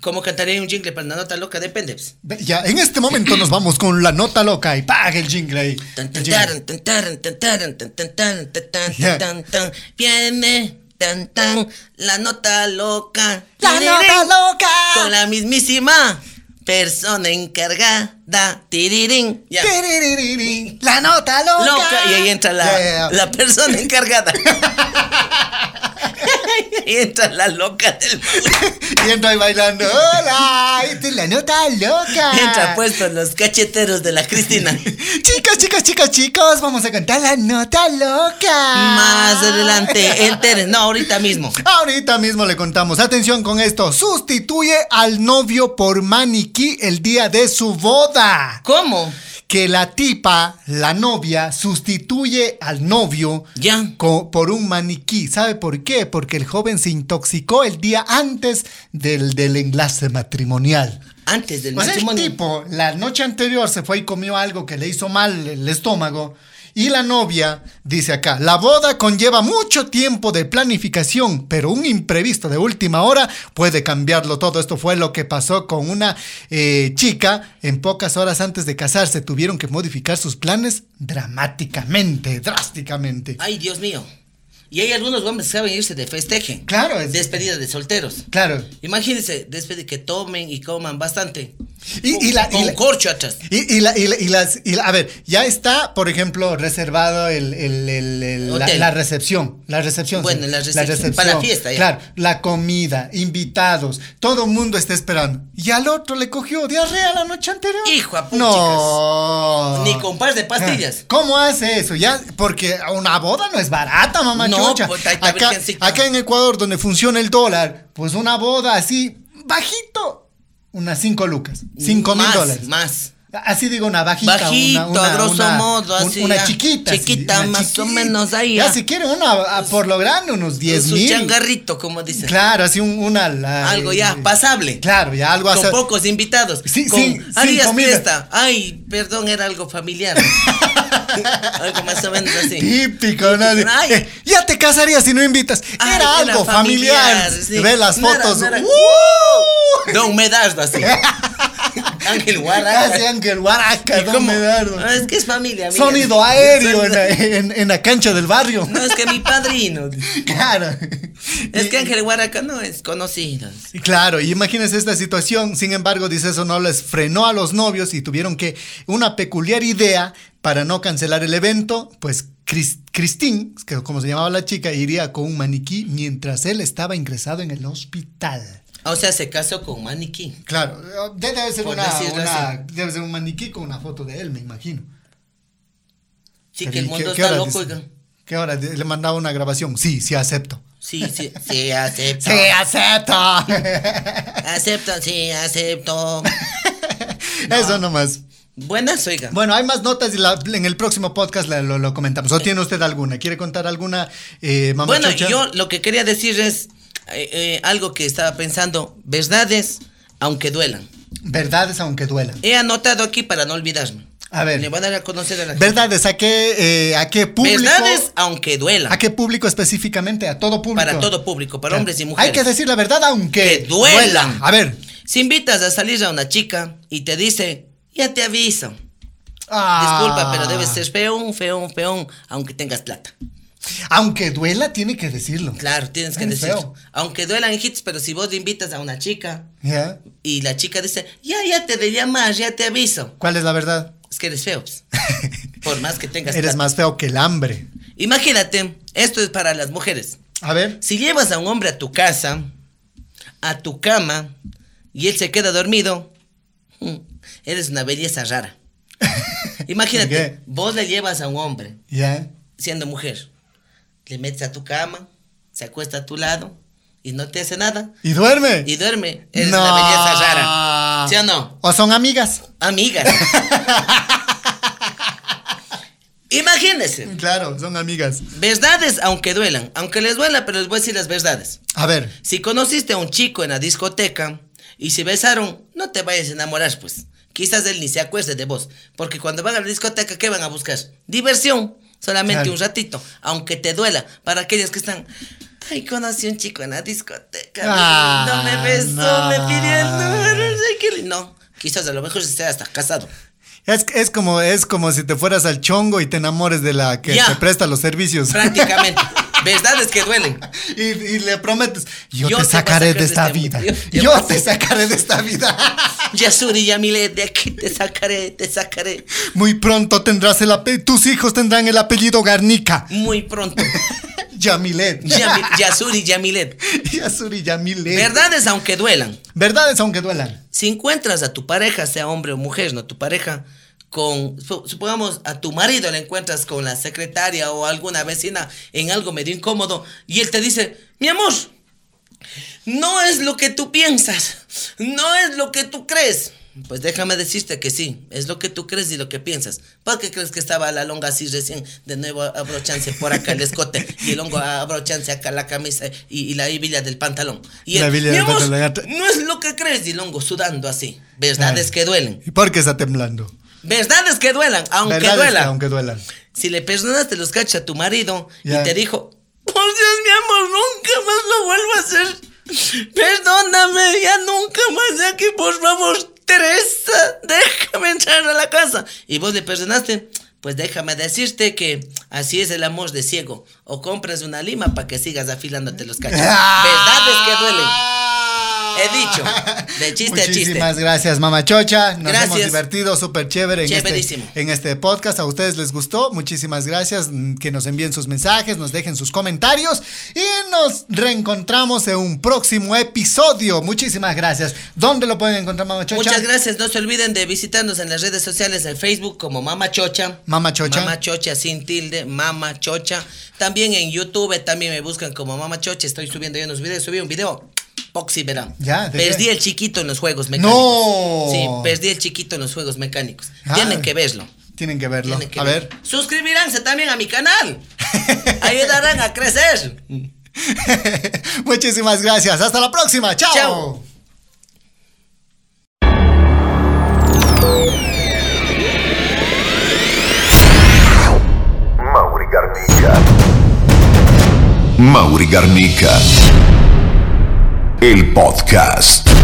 B: ¿Cómo cantaría un jingle para la nota loca? Depende. pues.
A: Ve, Ya, en este momento nos vamos con la nota loca y paga el jingle ahí.
B: Tan,
A: El
B: tan,
A: jingle.
B: taran, tan, taran, tan, taran, tan, tan, tan, tan, tan,
A: Ya.
B: tan, tan. Viene Tan, tan, la nota loca.
A: La nota loca.
B: Con la mismísima persona encargada. Tirirín. Ya.
A: Tiririririn, La nota loca.
B: Loca. Y ahí entra la,
A: Ya, ya, ya.
B: la persona encargada. <laughs> y entra la loca del
A: Y entra ahí bailando. Hola, esta es la nota loca.
B: <laughs> Entra pues. puestos los cacheteros de la Cristina.
A: Chicos, chicos, chicos, chicos, vamos a contar la nota loca.
B: Más
A: <laughs>
B: adelante, enteren. No, ahorita mismo.
A: Ahorita mismo le contamos. Atención con esto. Sustituye al novio por maniquí el día de su boda.
B: ¿Cómo?
A: Que la tipa, la novia, sustituye al novio
B: Ya.
A: co- por un maniquí. ¿Sabe por qué? Porque el joven se intoxicó el día antes del, del enlace matrimonial.
B: Antes del
A: O sea, Pues el
B: matrimonio.
A: tipo la noche anterior se fue y comió algo que le hizo mal el estómago. Y la novia dice acá, la boda conlleva mucho tiempo de planificación, pero un imprevisto de última hora puede cambiarlo todo. Esto fue lo que pasó con una eh, chica en pocas horas antes de casarse. Tuvieron que modificar sus planes dramáticamente, drásticamente.
B: Ay, Dios mío. Y hay algunos hombres que saben irse de festeje.
A: Claro, es-
B: Despedida de solteros.
A: Claro.
B: Imagínense, despedida que tomen y coman bastante.
A: Y- y la- y
B: Con
A: la-
B: corcho atrás.
A: Y, y la- y la- y las, y la- a ver, ya está, por ejemplo, reservado el, el- el- el- la,
B: Hotel.
A: la recepción. La recepción.
B: Bueno,
A: sí,
B: la recepción, para la fiesta, ya.
A: Claro, la comida, invitados, todo el mundo está esperando. Y al otro le cogió diarrea la noche anterior.
B: Hijo a puchicas.
A: No.
B: Ni con par de
A: <laughs>
B: pastillas.
A: ¿Cómo hace eso? Ya, porque una boda no es barata, mamá
B: No,
A: chucha.
B: pues, taita
A: acá,
B: virgencita.
A: acá en Ecuador, donde funciona el dólar, pues una boda así, bajito, unas cinco lucas. Ah. Cinco mil
B: Más,
A: dólares.
B: Más.
A: Así digo, una bajita.
B: Bajito,
A: una, una-
B: a grosso
A: una-
B: modo, así,
A: Una
B: ya.
A: chiquita. así,
B: Chiquita,
A: una
B: más o menos, ahí,
A: Ya,
B: ya.
A: si quiere una, a- por lo grande, unos 10
B: Su
A: mil.
B: changarrito, como dicen.
A: Claro, así un- una. la-
B: Algo ya, pasable.
A: Claro, ya algo
B: Con
A: hace- <laughs>
B: pocos invitados.
A: Sí,
B: con
A: sí, sin
B: harías
A: comida.
B: fiesta. Ay, perdón, era algo
A: <laughs>
B: familiar. algo más o menos así.
A: Típico, ¿no? Así,
B: Ay.
A: eh, ya te casarías si no invitas. era
B: Ay, era
A: algo familiar.
B: familiar, sí.
A: Ve las
B: No era-
A: fotos.
B: no era- <laughs>
A: ¡Uh!
B: Don
A: <laughs>
B: Medardo, así. Ángel Guarra.
A: Casi Ah, Ángel Guaraca,
B: ¿Y
A: don
B: cómo?
A: Medardo.
B: Ah, Es que es familia. mira. <laughs>
A: Sonido aéreo en la, en- en la cancha del barrio.
B: No, es que
A: <laughs>
B: mi padrino.
A: Claro.
B: Es que Ángel Guaraca no es conocido.
A: Claro, y imagínense esta situación. Sin embargo, dice eso no les frenó a los novios y tuvieron que una peculiar idea para no cancelar el evento. Pues Cris- Christine, que como se llamaba la chica, iría con un maniquí mientras él estaba ingresado en el hospital.
B: O sea, se casó con maniquí.
A: Claro, eh, debe ser,
B: Por
A: una-
B: decirlo
A: una-
B: así.
A: debe ser un maniquí con una foto de él, me imagino.
B: Sí,
A: Pero
B: que el
A: ¿y qué-
B: mundo
A: qué
B: está
A: hora
B: loco,
A: dice?
B: oiga.
A: ¿Qué hora? De- Le mandaba una grabación. Sí, sí, acepto.
B: Sí, sí, sí,
A: <laughs>
B: acepto.
A: Sí, acepto.
B: Acepto, sí, acepto.
A: <laughs> Eso nomás.
B: Buenas, oiga.
A: Bueno, hay más notas y la- en el próximo podcast la- lo, lo comentamos. ¿O tiene usted alguna? ¿Quiere contar alguna, eh, mamá
B: Bueno,
A: chucha?
B: yo lo que quería decir es eh, eh, algo que estaba pensando. Verdades, aunque duelan.
A: Verdades aunque duela.
B: He anotado aquí para no olvidarme.
A: A ver.
B: Le van a dar a conocer a la gente.
A: Verdades, ¿a qué, eh, a qué público?
B: Verdades, aunque duelan.
A: ¿A qué público específicamente? A todo público.
B: Para todo público, para
A: Claro.
B: hombres y mujeres.
A: Hay que decir la verdad aunque
B: Que duela.
A: A ver.
B: Si invitas a salir a una chica y te dice, ya te aviso.
A: Ah.
B: Disculpa, pero debes ser feón, feón, feón, aunque tengas plata.
A: Aunque duela, tiene que decirlo.
B: Claro, tienes que
A: Ay,
B: decir.
A: feo.
B: Aunque duelan hits, pero si vos le invitas a una chica
A: ¿Ya?
B: y la chica dice, ya, ya te de llamar, ya te aviso.
A: ¿Cuál es la verdad?
B: Es que eres
A: <laughs>
B: feo. pues. Por más que tengas
A: Eres
B: plata.
A: más feo que el hambre.
B: Imagínate, esto es para las mujeres.
A: A ver.
B: Si llevas a un hombre a tu casa, a tu cama, y él se queda dormido, mm, eres una
A: <laughs>
B: belleza rara.
A: ¿Por qué?
B: Imagínate, vos le llevas a un hombre,
A: ¿Ya?
B: siendo mujer, le metes a tu cama, se acuesta a tu lado, y no te hace nada,
A: ¿Y duerme?
B: y duerme, eres una belleza rara. ¿Sí o no?
A: ¿O son amigas? <laughs>
B: Amigas. Imagínense,
A: Claro, son amigas.
B: verdades aunque duelan, aunque les duela, pero les voy a decir las verdades.
A: A ver.
B: Si conociste a un chico en la discoteca y se besaron, no te vayas a enamorar, pues. Quizás él ni se acuerde de vos. Porque cuando van a la discoteca, ¿qué van a buscar? Diversión. Solamente
A: Claro.
B: un ratito, aunque te duela. Para aquellos que están. Ay, conocí a un chico en la discoteca.
A: Ah,
B: no me besó,
A: no.
B: me pidió el número. no sé qué le-". No, quizás a lo mejor esté hasta casado.
A: Es, es como, es como si te fueras al chongo y te enamores de la que
B: Ya.
A: te presta los servicios. <laughs>
B: Prácticamente. Verdades que duelen.
A: Y, y le prometes, yo, te
B: Yo te voy a
A: sacaré
B: sacar
A: de
B: de
A: esta
B: este mundo.
A: vida.
B: Yo-
A: Yo
B: yo-
A: te sacaré de esta vida. <laughs>
B: Yasuri, Yamile, de aquí te sacaré, te sacaré.
A: Muy pronto tendrás el ape- tus hijos tendrán el apellido Garnica. <laughs>
B: Muy pronto.
A: Yamilet. <laughs>
B: Yami- Yasuri, Yamilet.
A: Yasuri Yamilet.
B: Verdades aunque duelan.
A: Verdades aunque duelan.
B: Si encuentras a tu pareja, sea hombre o mujer, no tu pareja, con, su- supongamos, a tu marido le encuentras con la secretaria o alguna vecina en algo medio incómodo y él te dice, mi amor, no es lo que tú piensas, no es lo que tú crees. Pues déjame decirte que sí, es lo que tú crees y lo que piensas. ¿Por qué crees que estaba la longa así recién? De nuevo abrochándose por acá el escote y el hongo abrochándose acá la camisa y, y la hebilla del pantalón. Y
A: La
B: él,
A: hebilla
B: "Mi
A: del
B: amor,
A: pantalón".
B: no es lo que crees, Dilongo, sudando así.
A: Claro.
B: Verdades que duelen.
A: ¿Y por qué está temblando?
B: Verdades que duelan, aunque
A: Verdades que
B: duela.
A: aunque duelan.
B: Si le perdonaste los cachos a tu marido
A: Ya.
B: y te dijo, por Dios, mi amor, nunca más lo vuelvo a hacer. Perdóname, ya nunca más, ya que por favor, Teresa, déjame entrar a la casa. Y vos le perdonaste, pues déjame decirte que así es el amor de ciego. O compras una lima para que sigas afilándote
A: <laughs>
B: los cachos. Verdades que duelen.
A: Ah.
B: He dicho, de chiste a chiste.
A: Muchísimas gracias, mamá Chocha. Nos
B: Gracias.
A: hemos divertido súper chévere en este,
B: Chéverísimo.
A: en este podcast. A ustedes les gustó. Muchísimas gracias. mm, Que nos envíen sus mensajes, nos dejen sus comentarios y nos reencontramos en un próximo episodio. Muchísimas gracias. ¿Dónde lo pueden encontrar, mamá Chocha?
B: Muchas gracias. No se olviden de visitarnos en las redes sociales en Facebook como Mama Chocha.
A: Mama Chocha.
B: Mama Chocha sin tilde, Mama Chocha. También en YouTube también me buscan como Mama Chocha. Estoy subiendo yo unos videos. Subí un video. Poxy, verá.
A: Ya, ¿de
B: Perdí
A: qué?
B: el chiquito en los juegos mecánicos.
A: ¡No!
B: Sí, perdí el chiquito en los juegos mecánicos.
A: Ah.
B: Tienen que verlo.
A: Tienen que verlo.
B: Tienen que
A: a
B: verlo.
A: ver.
B: Suscribiránse también a mi canal. Ayudarán a crecer.
A: <laughs> Muchísimas gracias. Hasta la próxima. <laughs> Chao.
B: Chao.
C: Mauri Garnica. Mauri Garnica. Il podcast.